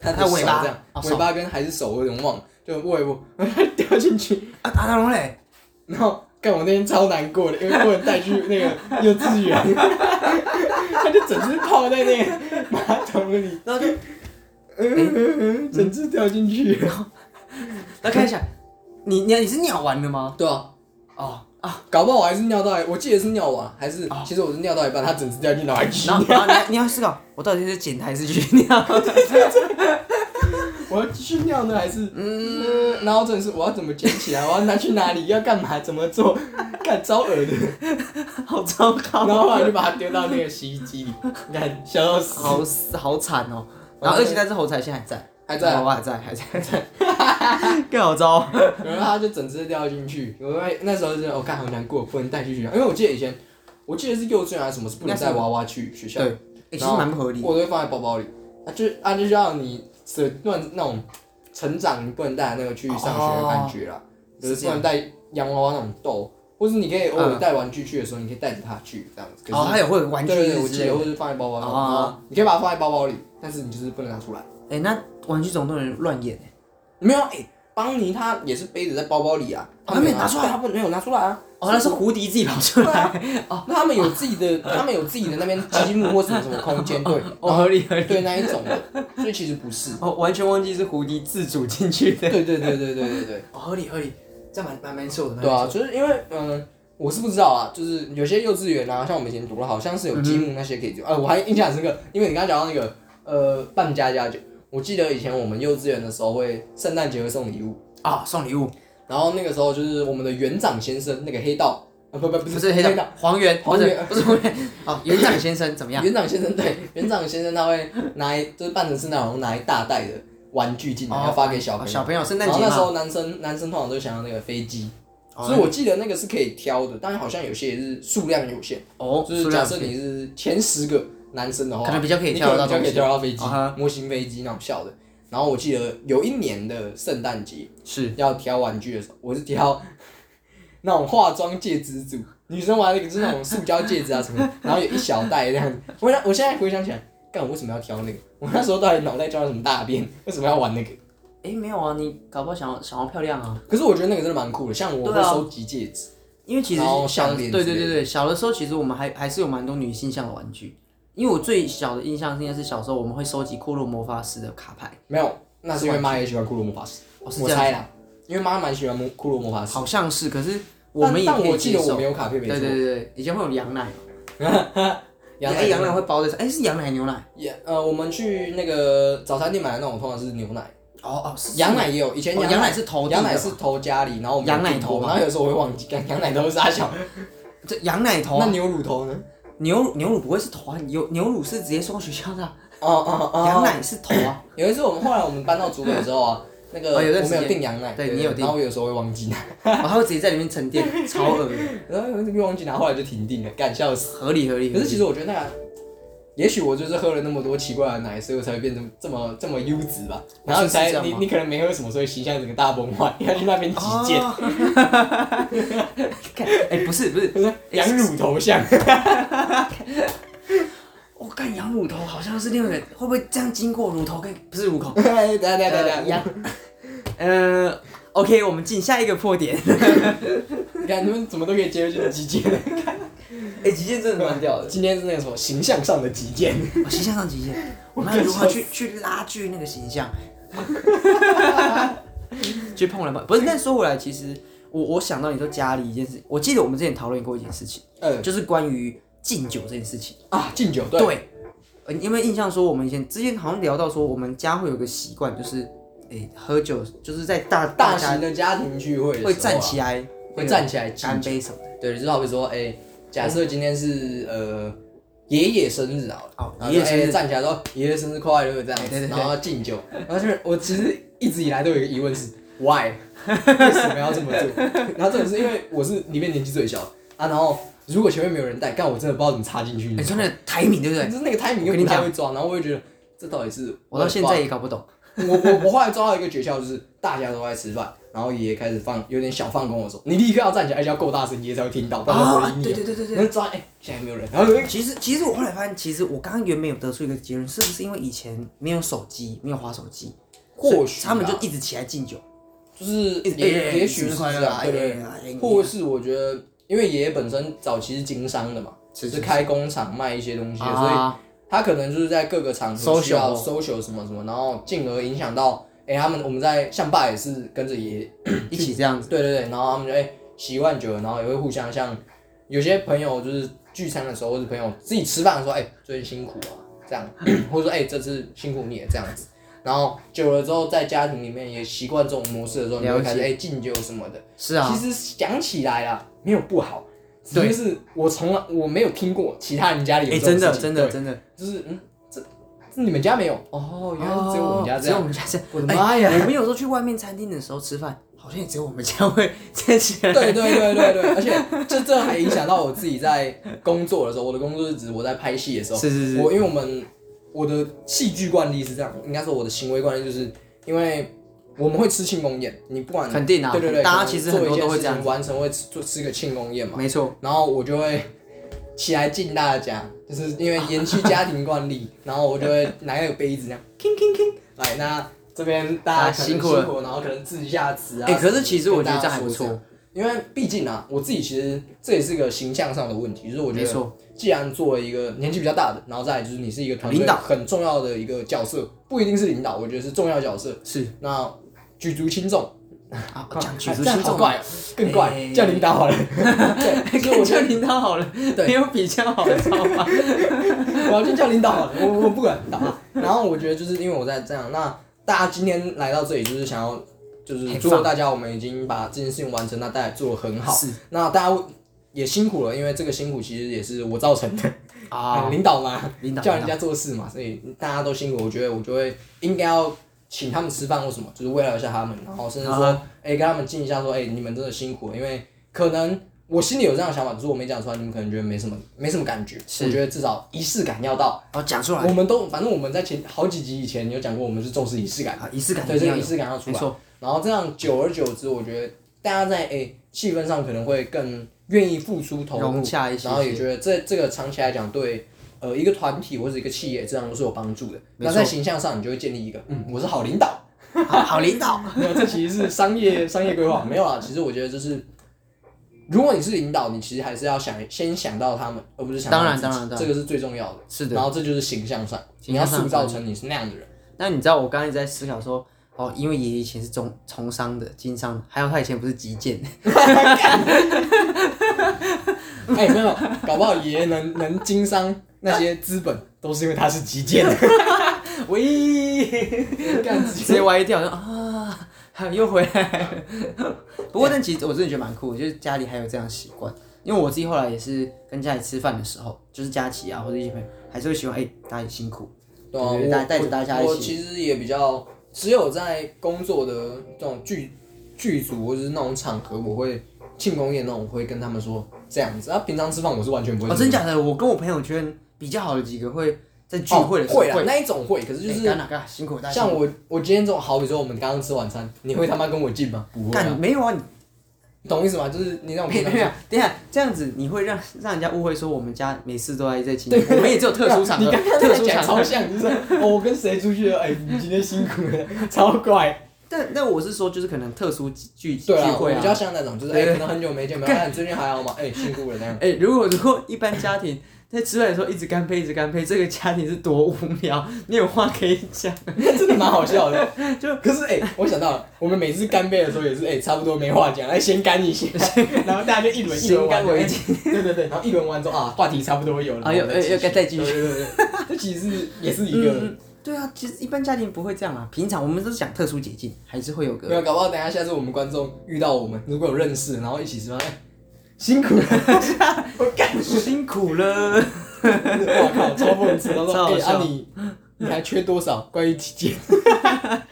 B: 它的
A: 它尾巴
B: 手这样
A: 哦，手
B: 尾巴跟还是手，我有点忘了，就握一握， 掉进去，
A: 啊，打打龙嘞，
B: 然后。干我那天超难过的，因为不能带去那个幼稚园， 他就整只泡在那个马桶里，
A: 然后就，
B: 嗯， 整只掉进去了。
A: 然后看一下，你你你是尿完了吗？
B: 对啊，
A: 哦啊，
B: 搞不好我还是尿到，我记得是尿完，还是
A: 哦
B: 其实我是尿到一半，他整只掉进 脑海去
A: 然。后然后你要你要思考，我到底是剪还是去尿？
B: 我要继续尿呢，还是嗯？然后真的是我要怎么捡起来？我要拿去哪里？要干嘛？怎么做？ 干招耳的。
A: 好糟
B: 然
A: 糕，
B: 后后来就把它丢到那个洗衣机里，你看笑到死。
A: 好好惨哦。然后而且那只猴子还现在还在，哦
B: 还在啊
A: 我还在还在还 在，更好糟。哦
B: 然后他就整只掉进去。我那那时候就我看、好难过，不能带去学校，因为我记得以前，我记得是幼稚园还是什么，是不能带娃娃去学校的。
A: 对，欸其实蛮不合理的。
B: 我都会放在包包里。啊，就啊，就让你舍断那种成长，你不能带那个去上学的感觉啦，
A: 哦
B: 就是
A: 是
B: 不
A: 这样
B: 能带洋娃娃那种豆，或者你可以偶尔带玩具去的时候，你可以带着它去这样子。
A: 嗯
B: 可
A: 哦，
B: 是
A: 还有会有玩具
B: 对对对，我
A: 日之
B: 记
A: 类
B: 得，
A: 的。
B: 或者是放在包包上，
A: 哦
B: 然后你可以把它放在包包里，但是你就是不能拿出来。
A: 哎、那玩具总动员乱 演哎、
B: 没有，哎，邦尼他也是背着在包包里啊，
A: 哦
B: 他没有
A: 他没有拿出
B: 拿
A: 来
B: 出来，他不没有拿出来啊。
A: 哦，那是胡迪自己跑出
B: 对
A: 来，
B: 啊，哦，那他们有自己的，他们有自己的那边积木或什么什么空间，对，
A: 哦，合理合理。
B: 对那一种的，所以其实不是。
A: 哦，完全忘记是胡迪自主进去的。
B: 对对对对对对 对。
A: 哦，合理合理，这样蛮蛮蛮瘦的。蛮
B: 对啊，就是因为嗯，我是不知道啊，就是有些幼稚园啊，像我们以前读的，好像是有积木那些可以做。呃，我还印象很深刻，因为你刚刚讲到那个呃扮家家酒，我记得以前我们幼稚园的时候会圣诞节会送礼物，
A: 啊、送礼物
B: 然后那个时候就是我们的园长先生那个黑道，啊不不不
A: 不
B: 是
A: 是黑
B: 道。
A: 道黄源，不
B: 黄
A: 是
B: 源
A: 不是黄 源，哦，园长先生怎么样？
B: 园长先生对园长先生，他会拿一就是扮成圣诞老公拿一大袋的玩具进来，
A: 哦
B: 要发给 小
A: 哦
B: 朋友。
A: 小朋友圣诞
B: 然后
A: 节
B: 那时
A: 嘛，
B: 候男生男生通常都想要那个飞机，
A: 哦
B: 所以我记得那个是可以挑的，但是好像有些也是数量有限，
A: 哦，
B: 就是
A: 塑
B: 假
A: 料
B: 设
A: 飞
B: 你是前十个男生的话，
A: 可能比较可以
B: 你
A: 挑得到
B: 比较可
A: 东
B: 以
A: 西
B: 挑到飞机
A: 啊哈、
B: 模型飞机那种小的。然后我记得有一年的圣诞节
A: 是
B: 要挑玩具的时候，我是挑 那种化妆戒指组，女生玩那个就是那种塑胶戒指啊什么的，然后有一小袋这样子。我想我现在回想起来，干我为什么要挑那个？我那时候到底脑袋装了什么大便？为什么要玩那个？
A: 哎、没有啊，你搞不好想要想要漂亮啊，
B: 可是我觉得那个真的蛮酷的，像我
A: 对
B: 会
A: 啊
B: 收集戒指，
A: 因为其实
B: 然后
A: 小的
B: 项链
A: 对
B: 之
A: 对
B: 类
A: 对
B: 的
A: 对，小的时候其实我们还还是有蛮多女性向的玩具，因为我最小的印象应该是小时候我们会收集库洛魔法师的卡牌，
B: 没有，那是因为妈也喜欢骷髅魔法师，
A: 哦是
B: 我
A: 这样
B: 猜啦，因为妈蛮喜欢骷骷髅魔法师，
A: 好像是，可是我们
B: 啊但
A: 也可
B: 但我
A: 以
B: 记
A: 接
B: 得我
A: 受。
B: 没有卡片，
A: 对
B: 没
A: 对
B: 错，
A: 对对，以前会有羊奶，
B: 羊
A: 哎羊奶
B: 奶
A: 会包在上，哎、是羊奶还是牛奶？
B: 也呃，我们去那个早餐店买的那种，通常是牛奶，
A: 哦哦，是
B: 羊奶也有，以前
A: 哦
B: 羊
A: 羊奶是投递的
B: 羊奶是投家里，然后我们
A: 羊奶
B: 有订
A: 头
B: 过
A: 嘛
B: 然后有时候我会忘记，干羊奶头是啥小，
A: 这羊奶头、
B: 那
A: 啊，
B: 牛乳头呢？
A: 牛乳牛乳不会是头啊，牛牛乳是直接送到学校的啊、
B: 哦哦哦，
A: 羊奶是 头啊，
B: 有一次我们后来我们搬到竹北之后啊，那个
A: 哦有段
B: 我
A: 时间
B: 们有订羊奶，
A: 对你有订
B: 然后我有时候会忘记拿，
A: 然后它会直接在里面沉淀，超恶的，
B: 然后有一次忘记拿，后来就停订了，干笑死。
A: 合理合理。
B: 可
A: 合
B: 是
A: 理
B: 其实我觉得那个，也许我就是喝了那么多奇怪的奶，所以我才会变成这么这么优质吧。然后
A: 哦是
B: 你才
A: 这样吗
B: 你你可能没喝什么，所以形象整个大崩坏，要去那边击剑，
A: 哦 看哎、不是不是，
B: 养乳头像。
A: 我、哦、看羊乳头好像是另外一个，会不会这样经过乳头跟不是乳口？
B: 等下等下等下
A: 呃羊
B: 等下，，
A: 呃，OK，我们进下一个破点。
B: 你看你们怎么都可以接受就是击剑，
A: 哎、极限真的蛮屌的，
B: 今天是那个什么 形象上的 击剑，
A: 哦、形象上极限，我们要如何去去拉锯那个形 象？去碰了吧？不是，但说回来，其实我我想到你说家里一件事，我记得我们之前讨论过一件事情，
B: 呃
A: 就是关于敬酒这件事情。
B: 啊敬酒对，
A: 嗯对，呃，你有没有印象说我们以前之前好像聊到说我们家会有个习惯，就是诶、喝酒，就是在大
B: 大
A: 家
B: 型的家庭聚会的时候啊
A: 会站起来，
B: 会站起来敬
A: 干
B: 酒，
A: 杯什么的。
B: 对，就好比说哎，假设今天是呃爷爷生日啊，
A: 哦
B: 然后
A: 爷爷
B: 就
A: 生日
B: 哎站起来说爷爷生日快乐这样
A: 哎对
B: 子，
A: 对对
B: 然后敬 酒，然后就是我其实一直以来都有一个疑问是 why 为什么要这么 做？然后这种是因为我是里面年纪最小啊，然后如果前面没有人带，干我哎真的不知道怎么插进去，
A: 你、
B: 你知
A: 说
B: 道吗
A: 哎那个台米对不对？
B: 就是那个 timing
A: 我
B: 又
A: 跟你
B: 不太
A: 讲
B: 会抓，然后我就觉得这到底是
A: 我到现在也搞不懂。
B: 我我我后来抓到一个诀窍，就是大家都在吃饭，然后爷爷开始放有点小放工的时候，你立刻要站起来，而且要够大声，爷爷才会听到，不然他回应
A: 啊
B: 你。
A: 对对对对对
B: 能抓哎、现在没有人，然后就
A: 其实，其实我后来发现，其实我刚刚原本有得出一个结论，是不是因为以前没有手机，没有滑手机，
B: 或许啊
A: 他们就一直起来敬酒，
B: 就是
A: 一直
B: 也、
A: 哎哎
B: 也许
A: 生日
B: 是
A: 快乐
B: 这样
A: 啊
B: 对不
A: 哎
B: 对
A: 哎哎哎你
B: 或是我觉得，因为爷爷本身早期是经商的嘛，
A: 是是
B: 只是开工厂卖一些东西的，所以
A: 啊，
B: 他可能就是在各个场合需要
A: Social
B: social 什么什么，然后进而影响到哎、他们我们在像爸也是跟着爷爷
A: 一起这样子，
B: 对对对，然后他们就哎习惯久了，然后也会互相像有些朋友就是聚餐的时候，或者朋友自己吃饭的时候，哎、最近辛苦啊，这样， 或者说哎、这次辛苦你了这样子。然后久了之后，在家庭里面也习惯这种模式的时候，你
A: 了
B: 会
A: 解
B: 开始哎敬酒什么的。
A: 是啊，
B: 其实想起来啦，没有不好，只是我从来我没有听过其他人家里有
A: 哎、
B: 这种
A: 真的
B: 事情
A: 真的
B: 对
A: 真的，
B: 就是嗯，这这你们家没有哦，原来是只有我们家
A: 哦
B: 这
A: 只有
B: 样。
A: 我们家这样，
B: 我的妈呀
A: 哎我们有时候去外面餐厅的时候吃饭，好像也只有我们家会站 起来，
B: 对对对对对，而且这这还影响到我自己在工作的时候，我的工作是指我在拍戏的时候，
A: 是是是
B: 我因为我们我的戏剧惯例是这样，应该说我的行为惯例就是因为我们会吃庆功宴，你不管
A: 肯定啊
B: 对对对，
A: 大家
B: 可能
A: 其实
B: 做
A: 很多
B: 一件
A: 都会这样
B: 事情完成会吃做吃个庆功宴嘛，
A: 没错，
B: 然后我就会起来敬大家，就是因为延续家庭 惯例，然后我就会拿那个杯子这样，吭吭吭，来那这边大家
A: 啊
B: 可能
A: 辛苦了
B: 辛苦，然后可能致一下词啊。
A: 哎可是其实我觉得这还不
B: 跟大
A: 错
B: 家说样，因为毕竟啊，我自己其实这也是一个形象上的问题，就是我觉
A: 没
B: 得
A: 错，
B: 既然作为一个年纪比较大的，然后再来就是你是一个团队
A: 领导
B: 很重要的一个角色，不一定是领导，我觉得是重要角色，
A: 是
B: 那举足轻重。
A: 啊，讲举足
B: 啊这样
A: 轻
B: 好
A: 重，
B: 怪哦，更怪，
A: 哎
B: 叫领导 好了。对，所以我
A: 跟
B: 觉得
A: 叫领导好了，
B: 对
A: 没有比较好，知道吗？
B: 我要去叫领导了，我我不管打。然后我觉得就是因为我在这样，那大家今天来到这里就是想要，就是
A: 很
B: 祝福
A: 棒
B: 大家，我们已经把这件事情完成，那大家做的很好
A: 是。
B: 那大家也辛苦了，因为这个辛苦其实也是我造成的。
A: 啊，
B: 领导嘛，
A: 领导
B: 哎叫人家做事嘛，所以大家都辛苦，我觉得我就会应该要请他们吃饭或什么，就是慰劳一下他们，然后甚至说，哎、
A: 啊
B: 跟他们敬一下，说，哎、你们真的辛苦了，因为可能我心里有这样的想法，只是我没讲出来，你们可能觉得没什么，没什么感觉。
A: 是
B: 我觉得至少仪式感要到。
A: 哦，讲出来
B: 我们都反正我们在前好几集以前有讲过，我们是重视仪式感，
A: 啊，仪式感
B: 对
A: 一
B: 这
A: 定要
B: 个仪
A: 有，
B: 式感要出
A: 没
B: 来。
A: 错，
B: 然后这样久而久之，我觉得大家在哎气、氛上可能会更愿意付出投入
A: 融，洽一些
B: 然后也觉得这这个长期来讲对呃一个团体或者一个企业这样都是有帮助的。
A: 没
B: 那在形象上，你就会建立一个嗯，我是好 领导。
A: 好好领导，
B: 没有，这其实是商业 商业规划，没有啊。其实我觉得就是，如果你是领导，你其实还是要想先想到他们，而不是想到
A: 当然
B: 自己
A: 当然当然
B: 这个是最重要的。
A: 是的
B: 然后这就是形象上，
A: 形
B: 你要
A: 象上
B: 塑造成你是那样的人。
A: 那你知道我刚才一直在思考说，哦，因为爷爷以前是中从商的、经商的，还有他以前不是击剑，
B: 哎、没有，搞不好爷爷能能经商那些资本，都是因为他是基建的。
A: 喂，
B: 干
A: 直接歪掉，然后啊，又回来 了。不过，但其实我真的觉得蛮酷的，就是家里还有这样的习惯。因为我自己后来也是跟家里吃饭的时候，就是佳琪啊或者一些朋友，还是会希望哎、大家也辛苦，
B: 对啊，
A: 对
B: 我
A: 带带着大家一
B: 我
A: 起
B: 其实也比较，只有在工作的这种剧剧组或者是那种场合，我会庆功宴那种，我会跟他们说这样子。啊，平常吃饭我是完全不会
A: 哦，
B: 这么做。
A: 真假的？我跟我朋友圈比较好的几个会在聚会的时
B: 哦
A: 候
B: 会啦，那一种会，可是就
A: 就是
B: 是
A: 哎干哪干哪辛苦大家。
B: 像我，我今天这种，好比说我们刚刚吃晚餐，你会他妈跟我进吗？不会啊，
A: 干没有啊？你
B: 你懂意思吗？就是你那种
A: 没
B: 平
A: 有
B: 常
A: 没有，等一下这样子你会让让人家误会说我们家每次都在在 庆祝，我们也只有特殊场
B: 你
A: 合，
B: 刚刚
A: 特
B: 在
A: 殊
B: 讲
A: 场合
B: 超。像，就是哦，我跟谁出去了？哎，你今天辛苦了，超怪。
A: 但但我是说，就是可能特殊聚聚
B: 对啊，我
A: 会
B: 比较像那种，就是哎，
A: 对对
B: 可能很久没见，没有，哎，你最近还好吗？哎，辛苦了那样。
A: 哎、如果如果一般家庭在吃饭的时候一直干杯，一直干杯，这个家庭是多无聊，没有话可以讲。
B: 真的蛮好笑 的。
A: 就
B: 可是哎、我想到了，我们每次干杯的时候也是哎、差不多没话讲，来先干一下，然后大家就一轮一轮
A: 先干
B: 玩
A: 为
B: 哎对对对，然后一轮完之后啊，话题差不多有了，
A: 啊又
B: 然后
A: 又该再继续
B: 对对对，对这其实是也是一个。
A: 嗯对啊，其实一般家庭不会这样啊，平常我们都是讲特殊解禁，还是会有
B: 没
A: 个
B: 有，搞不好等一下下次我们观众遇到我们，如果有认识，然后一起吃饭，哎辛苦了，我干，
A: 辛苦了。
B: 我靠，超讽刺，他
A: 超
B: 说，
A: 好
B: 哎，
A: 笑
B: 啊你，你还缺多少？关于极限，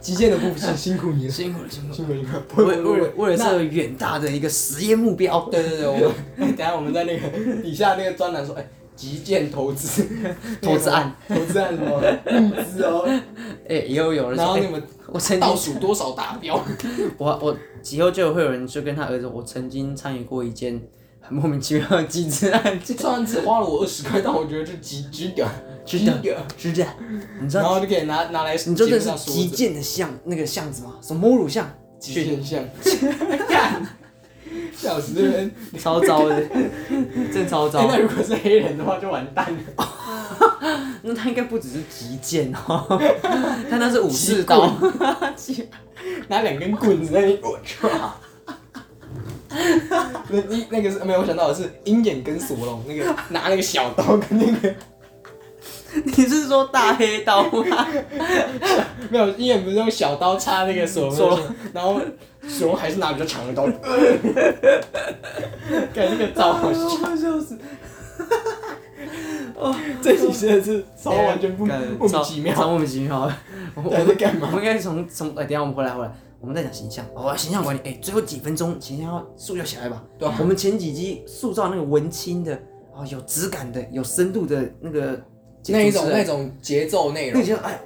B: 极限的部分辛苦你了，
A: 辛苦了，辛苦
B: 辛苦辛苦，不会
A: 为
B: 不
A: 为
B: 会
A: 了为了这个远大的一个实验目标，
B: 对对对，我们等一下我们在那个底下那个专栏说，哎、极限投 资，
A: 投资案，
B: 投资案什么募资 哦，
A: 哎、也有有人
B: 然
A: 说，
B: 后
A: 哎
B: 你们
A: 我曾经
B: 倒数多少达标？
A: 我我以后就会有人就跟他儿子，我曾经参与过一件很莫名其妙的集资案件，
B: 虽然只花了我二十块，但我觉得这极值得，
A: 值得
B: 值得。
A: 是这样，你知
B: 然
A: 道
B: 后就可以拿拿来
A: 你知道
B: 节
A: 这
B: 目上
A: 是
B: 说
A: 击
B: 着
A: 剑的巷那个巷子吗？什么摸乳巷？
B: 极限项， 干，笑死这边。
A: 超糟的，真的超
B: 哎、
A: 糟。
B: 那如果是黑人的话就完蛋了，
A: 那他应该不只是击剑哦， 他那是武士刀。 击
B: 拿两根棍子在那里，我操！ 那一那个是没有，我想到的是鹰眼跟索隆那个拿那个小刀跟那个
A: 你是说大黑刀 吗？
B: 没有，鹰眼不是用小刀插那个索隆的
A: 索隆
B: 胸，然后索隆还是拿比较长 的刀，感觉那个刀好 笑。
A: 我 笑死！
B: 这集真的是超完全不
A: 干
B: 莫名其
A: 超超
B: 妙，
A: 莫名其妙的。我
B: 到底在干嘛
A: 我们应该从从哎，等一下我们回来回来，我们在讲形象。哦，形象管理，哎，最后几分钟形象要塑造起来吧。
B: 对啊
A: 我们前几集塑造那个文青的，哦，有质感的，有深度的那个解
B: 那一
A: 主持
B: 种
A: 人
B: 那种节奏内
A: 那
B: 容
A: 你。就哎，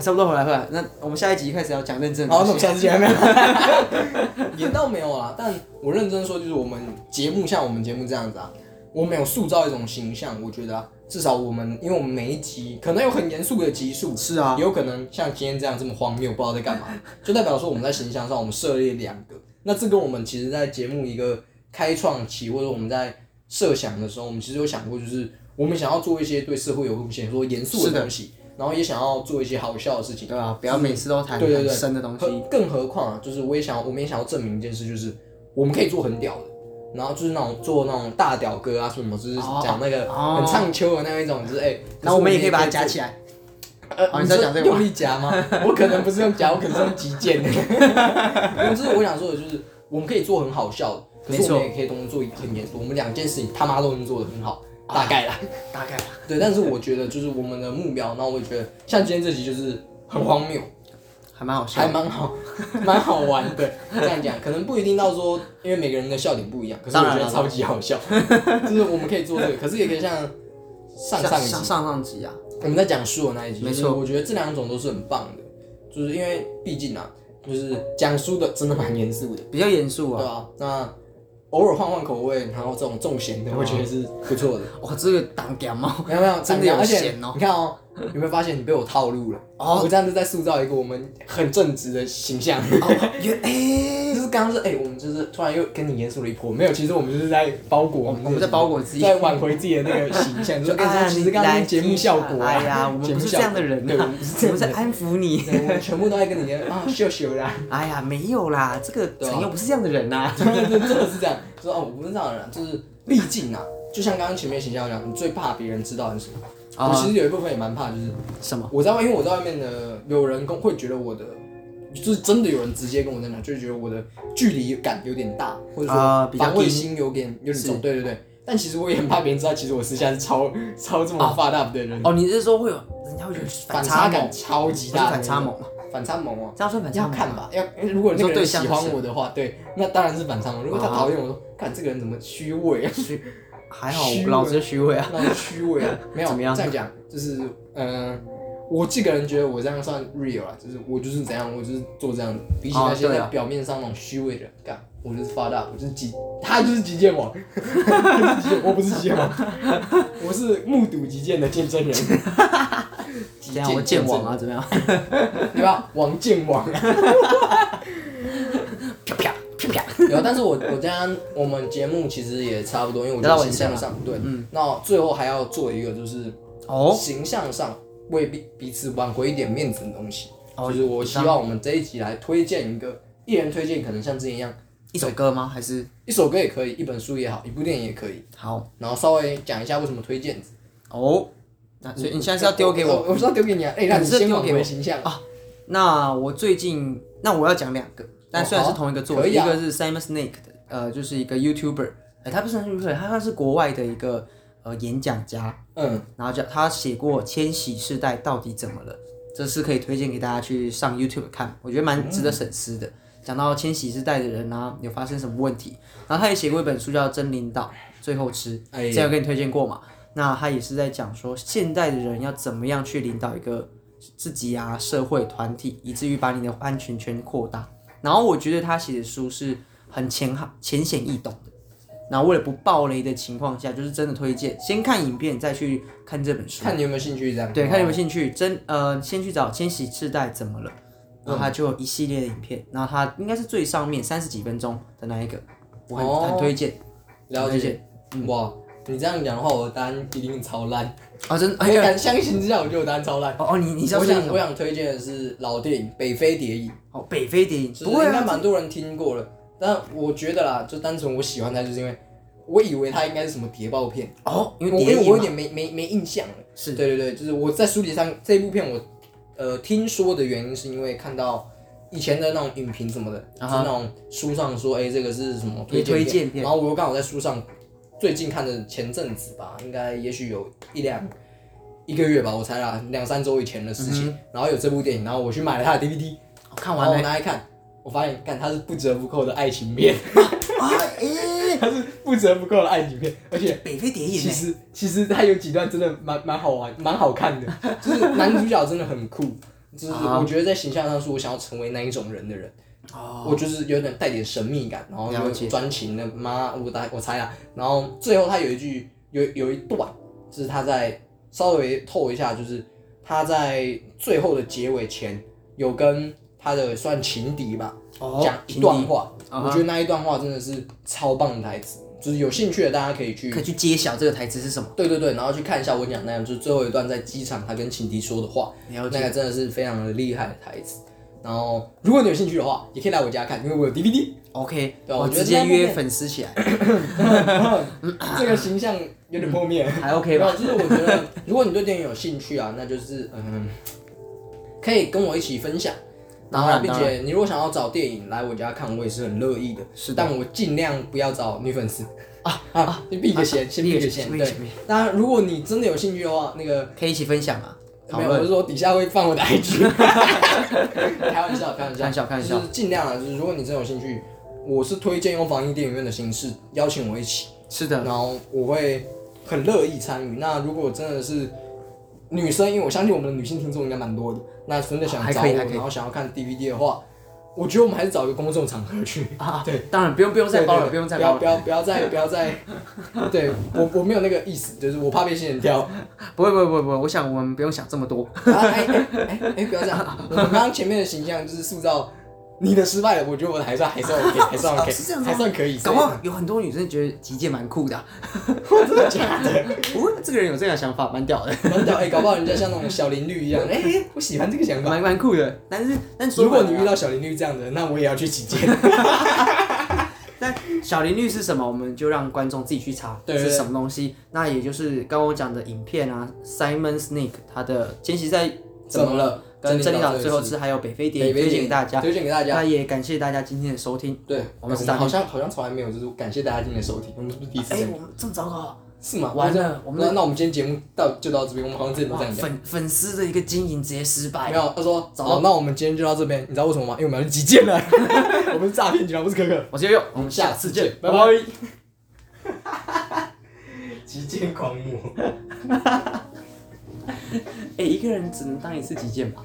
A: 差不多回来回来。那我们下一集开始要讲认真的
B: 好，那我
A: 东
B: 们
A: 西。
B: 下次见，没有？ 也倒没有啦，但我认真说，就是我们节目像我们节目这样子啊，我们有塑造一种形象，我觉得、啊、至少我们，因为我们每一集可能有很严肃的集数，
A: 是啊
B: 也有可能像今天这样这么荒谬，不知道在干嘛，就代表说我们在形象上我们设立两个，那这跟我们其实在节目一个开创期或者我们在设想的时候，我们其实有想过，就是我们想要做一些对社会有贡献、说严肃
A: 是
B: 的
A: 的
B: 东西，然后也想要做一些好笑的事情，
A: 对啊，不要每次都谈
B: 对对
A: 很
B: 对
A: 深的东
B: 何
A: 西。
B: 更何况啊，就是我也想要，我们也想要证明一件事，就是我们可以做很屌的，然后就是那种做那种大屌哥啊什么，就是
A: 哦
B: 讲那个
A: 哦
B: 很唱秋的那一种，就是哎，
A: 然后我们也可以把它夹
B: 来。
A: 起来。
B: 呃
A: 哦
B: 你
A: 你在
B: 说
A: 讲这个吗
B: 用力夹吗？ 我可能不是用夹，我可能是用击 剑的。总之，我想说的就是，我们可以做很好笑的，可
A: 没
B: 是
A: 错
B: 我们也可以同时做很严肃。我们两件事情他妈都能做的很好，大概
A: 啊
B: 啦。
A: 大概吧。
B: 对，但是我觉得就是我们的目标，那我也觉得像今天这集就是很荒谬，
A: 还蛮好笑
B: 还
A: 的。
B: 蛮好， 蛮好玩的。这样讲可能不一定到说，因为每个人的笑点不一样，可是我
A: 当然
B: 觉
A: 了
B: 得超级好笑。就是我们可以做这个，可是也可以像上上一集
A: 上上上集啊，
B: 我们在讲书的那一集，
A: 没错
B: 就是我觉得这两种都是很棒的，就是因为毕竟啊，就是讲书的真的蛮严肃的，
A: 比较严肃
B: 对
A: 啊。
B: 啊，那偶尔换换口味，然后这种重咸
A: 哦
B: 的，我觉得是不错 的。
A: 哇，这个挡掉 吗？
B: 没有没有，
A: 真的有
B: 而且
A: 咸哦
B: 你看哦，有没有发现你被我套路了？
A: 哦
B: 我这样子在塑造一个我们很正直的形 象。
A: 哦，原哎，
B: 就是刚刚说，哎、我们就是突然又跟你严肃了一波，没有，其实我们就是在包裹
A: 我
B: 我
A: 们
B: 们
A: 我们在包裹自己
B: 在挽回自己的那个形 象，就跟你
A: 哎
B: 说，其实刚刚
A: 你
B: 是节目效果、啊，
A: 哎呀，我们
B: 节
A: 不
B: 目
A: 是
B: 效
A: 这
B: 果
A: 样的人
B: 对，我
A: 啊
B: 们不，是
A: 我们
B: 这样
A: 在
B: 的人
A: 安抚你。
B: 对我们全部都在跟你讲啊，秀秀啦，
A: 哎呀，没有啦，这个
B: 对啊
A: 陈又不是这样的人呐。
B: 真的真的是这样，说哦，我不是这样的人，就是毕竟啊，就像刚刚前面形象讲，你最怕别人知道你什么。
A: 啊
B: 我其实有一部分也蛮怕，就是
A: 什么？
B: 我在外，因为我在外面的有人跟会觉得我的，就是真的有人直接跟我在讲，就是觉得我的距离感有点大，或者
A: 啊
B: 说
A: 比较
B: 防卫
A: 低
B: 心有点有点
A: 是
B: 重，对对对。但其实我也很怕别人知道，其实我私下是超超这么 fucked up 的人，
A: 哦，你是说会有人家会有
B: 啊反
A: 差
B: 差
A: 萌
B: 感？超级
A: 不是
B: 大，
A: 反差，萌吗？
B: 反差萌哦、
A: 这样算反差
B: 要
A: 萌？
B: 看吧，要如果那
A: 你说
B: 个
A: 对
B: 人
A: 象
B: 喜
A: 是
B: 欢我的话，对，那当然是反常。如果他
A: 啊
B: 讨厌我说，看这个人怎么虚伪啊，
A: 还好
B: 虚，伪
A: 老子就虚伪啊。
B: 那种虚伪 啊，没有
A: 怎么样
B: 这样讲，就是嗯、呃我这个人觉得我这样算 real 啦，就是我就是怎样，我就是做这样的，比起
A: 哦
B: 那些
A: 对
B: 在
A: 啊
B: 表面上那种虚伪的人，干、我就是发大，我就是极，他就是极剑王， 他就是极剑我不是极剑王，我是目睹极剑的见证人，
A: 这样我
B: 见
A: 剑网啊，怎么样？
B: 对吧？王剑王。 啊
A: 啪啪啪啪。
B: 有，但是我我今天我们节目其实也差不多，因为我觉
A: 聊
B: 得
A: 到
B: 形
A: 晚
B: 象
A: 上啊嗯
B: 上对，那最后还要做一个就是
A: 哦，
B: 形象上为彼彼此挽回一点面子的东西，
A: 哦
B: 就是我希望我们这一集来推荐一个一人推荐，可能像之前一样，
A: 一首歌吗？还是
B: 一首歌也可以，一本书也好，一部电影也可以，
A: 好
B: 然后稍微讲一下为什么推荐。
A: 哦？那所以你现在是要丢给我？
B: 我，我是要丢给你啊！哎，让
A: 你
B: 你
A: 是
B: 先
A: 丢
B: 挽
A: 给我
B: 回形象。啊
A: 那我最近，那我要讲两个，但虽然是
B: 哦好
A: 同一个作者，
B: 可
A: 一
B: 以啊
A: 个是 Simon Snake 的，呃，就是一个 YouTuber，哎、他不是 YouTuber，他算是国外的一个呃演讲家，
B: 嗯，
A: 然后叫他写过《千禧世代到底怎么了》，这是可以推荐给大家去上 YouTube 看，我觉得蛮值得深思的。讲到千禧世代的人啊，有发生什么问题？然后他也写过一本书叫《真领导最后吃》，
B: 哎
A: 之前有跟你推荐过嘛？那他也是在讲说，现代的人要怎么样去领导一个自己啊、社会团体，以至于把你的安全圈扩大。然后我觉得他写的书是很浅哈浅显易懂的。然后为了不暴雷的情况下，就是真的推荐先看影片，再去看这本书。
B: 看你有没有兴趣这样。
A: 对，看有没有兴趣。真呃，嗯先去找《千禧世代怎么了》，然后它就有一系列的影片，然后它应该是最上面三十几分钟的那一个，我很、
B: 哦
A: 很推荐。
B: 了
A: 很推
B: 解。
A: 嗯
B: 哇，你这样讲的话，我的答案一定超烂。
A: 啊，真的
B: 我
A: 哎呀，
B: 敢 相信之下，我觉得我答案超烂。
A: 哦哦，你你知道
B: 我
A: 是
B: 想我想推荐的是老电影《北非谍影
A: 哦，北非谍影》，，
B: 就是
A: 不会
B: 应
A: 啊，
B: 该蛮多人听过了。但我觉得啦，就单纯我喜欢它，就是因为我以为它应该是什么谍报片，
A: 哦，因
B: 因
A: 为谍
B: 为我因为
A: 影
B: 我有
A: 嘛
B: 点没没没印象了。
A: 是
B: 对对对，就是我在书籍上这部片我呃听说的原因是因为看到。以前的那种影评什么的
A: 啊
B: 就是那种书上说，哎、这个是什么推
A: 也
B: 荐
A: 推荐片
B: 然后我又刚好在书上最近看的前阵子吧，应该也许有一两一个月吧，我猜啦，两三周以前的事情。
A: 嗯
B: 然后有这部电影，然后我去买了他的 DVD，
A: 哦看
B: 然后
A: 完
B: 我
A: 了
B: 拿来看，我发现，看它是不折不扣的爱情片，
A: 啊，哎，
B: 他是不折不扣的爱情片，而且
A: 北非谍影
B: 其
A: 欸，
B: 实其实它有几段真的蛮蛮好玩、蛮好看的， 就是男主角真的很酷，就是
A: 啊
B: 我觉得在形象上是我想要成为那一种人的人，
A: 哦，
B: 我就是有点带点神秘感，然后
A: 了
B: 又
A: 解
B: 专情的妈，我大我猜啊，然后最后他有一句有有一段，就是他在稍微透一下，就是他在最后的结尾前有跟他的算情敌吧，
A: 哦
B: 讲一段话，
A: 情敌啊哈
B: 我觉得那一段话真的是超棒的台词，就是有兴趣的大家可以去
A: 可以去揭晓这个台词是什么。
B: 对对对，然后去看一下我讲那样，就是最后一段在机场他跟情敌说的话，
A: 了
B: 那个真的是非常的厉害的台词。然后如果你有兴趣的话，也可以来我家看，因为我 有 DVD。
A: OK，
B: 对啊
A: 我
B: 我觉
A: 直
B: 得
A: 接
B: 那部
A: 约
B: 片
A: 粉丝起来，
B: 这个形象有点破 灭，
A: 还 OK 吧
B: 没有就是我觉得，如果你对电影有兴趣啊，那就是嗯，可以跟我一起分享。然
A: 当
B: 后，
A: 然
B: 并
A: 当
B: 且你如果想要找电影来我家看，我也是很乐意的。
A: 是的
B: 但我尽量不要找女粉丝 啊啊！你避个嫌，先避
A: 避
B: 个
A: 个
B: 嫌。
A: 避
B: 对
A: 个嫌避个，
B: 当然，如果你真的有兴趣的话，那个
A: 可以一起分享啊。讨
B: 没有，我
A: 论
B: 是说底下会放我的 IG，开玩笑，开玩笑，
A: 开玩笑开玩笑
B: 就是尽量啊，就是如果你真有兴趣，我是推荐用防疫电影院的形式邀请我一起，
A: 是
B: 然
A: 的，
B: 后我会很乐意参与。那如果真的是女生，因为我相信我们的女性听众应该蛮多的，那真的想
A: 啊还
B: 找
A: 可以
B: 我，
A: 还可以
B: 然后想要看 DVD 的话，我觉得我们还是找一个公众场合去
A: 啊
B: 对。
A: 当然不用不用再包了，不用再
B: 不要
A: 包
B: 不
A: 了，
B: 要不 要再不要再，对我我没有那个意思，就是我怕被仙 人跳，
A: 不会不会不会不会，我想我们不用想这么多。
B: 啊哎哎哎哎，不要这样！ 我们刚刚前面的形象就是塑造你的失败了，我觉得我的还算还算 OK，还算 OK，
A: 哦是这样子吗
B: 还算可以。
A: 搞不好有很多女生觉得极简蛮酷的啊，
B: 所以 真的假的？
A: 哦，这个人有这样的想法，蛮屌的，
B: 难道哎，搞不好人家像那种小林绿一样，哎、哎我喜欢这个想法。
A: 蛮蛮酷的。但是但是
B: 如果你遇到小林绿这样的，那我也要去集结。
A: 但小林律是什么，我们就让观众自己去查
B: 对对
A: 是
B: 对
A: 什么东西。那也就是刚刚我讲的影片啊，Simon Snake 他的《奸细在怎么了》跟《真理岛的最后是还有《北非谍 影》推荐给大家。
B: 推荐给大家。
A: 那也感谢大家今天的收听。
B: 对，
A: 我们是大
B: 好像好像从来没有，就是感谢大家今天的收听，我们是不是第一次
A: 哎、
B: 这样？
A: 我们这么糟糕，
B: 是吗？
A: 完了我们
B: 那那我们今天节目到就到这边，我们好像之前都
A: 哇
B: 这样讲。
A: 粉粉丝的一个经营直接失败
B: 没。有，他说哦
A: 走
B: 好，那我们今天就到这边，你知道为什么吗？因为我们要去 集结了，我们是诈骗集团，不是可可。
A: 我是悠悠，我
B: 我
A: 们
B: 们
A: 下
B: 下
A: 次
B: 次
A: 见
B: 见，，
A: 拜
B: 拜
A: 拜。
B: 拜。极剑狂魔。
A: 哎、一个人只能当一次击剑吧。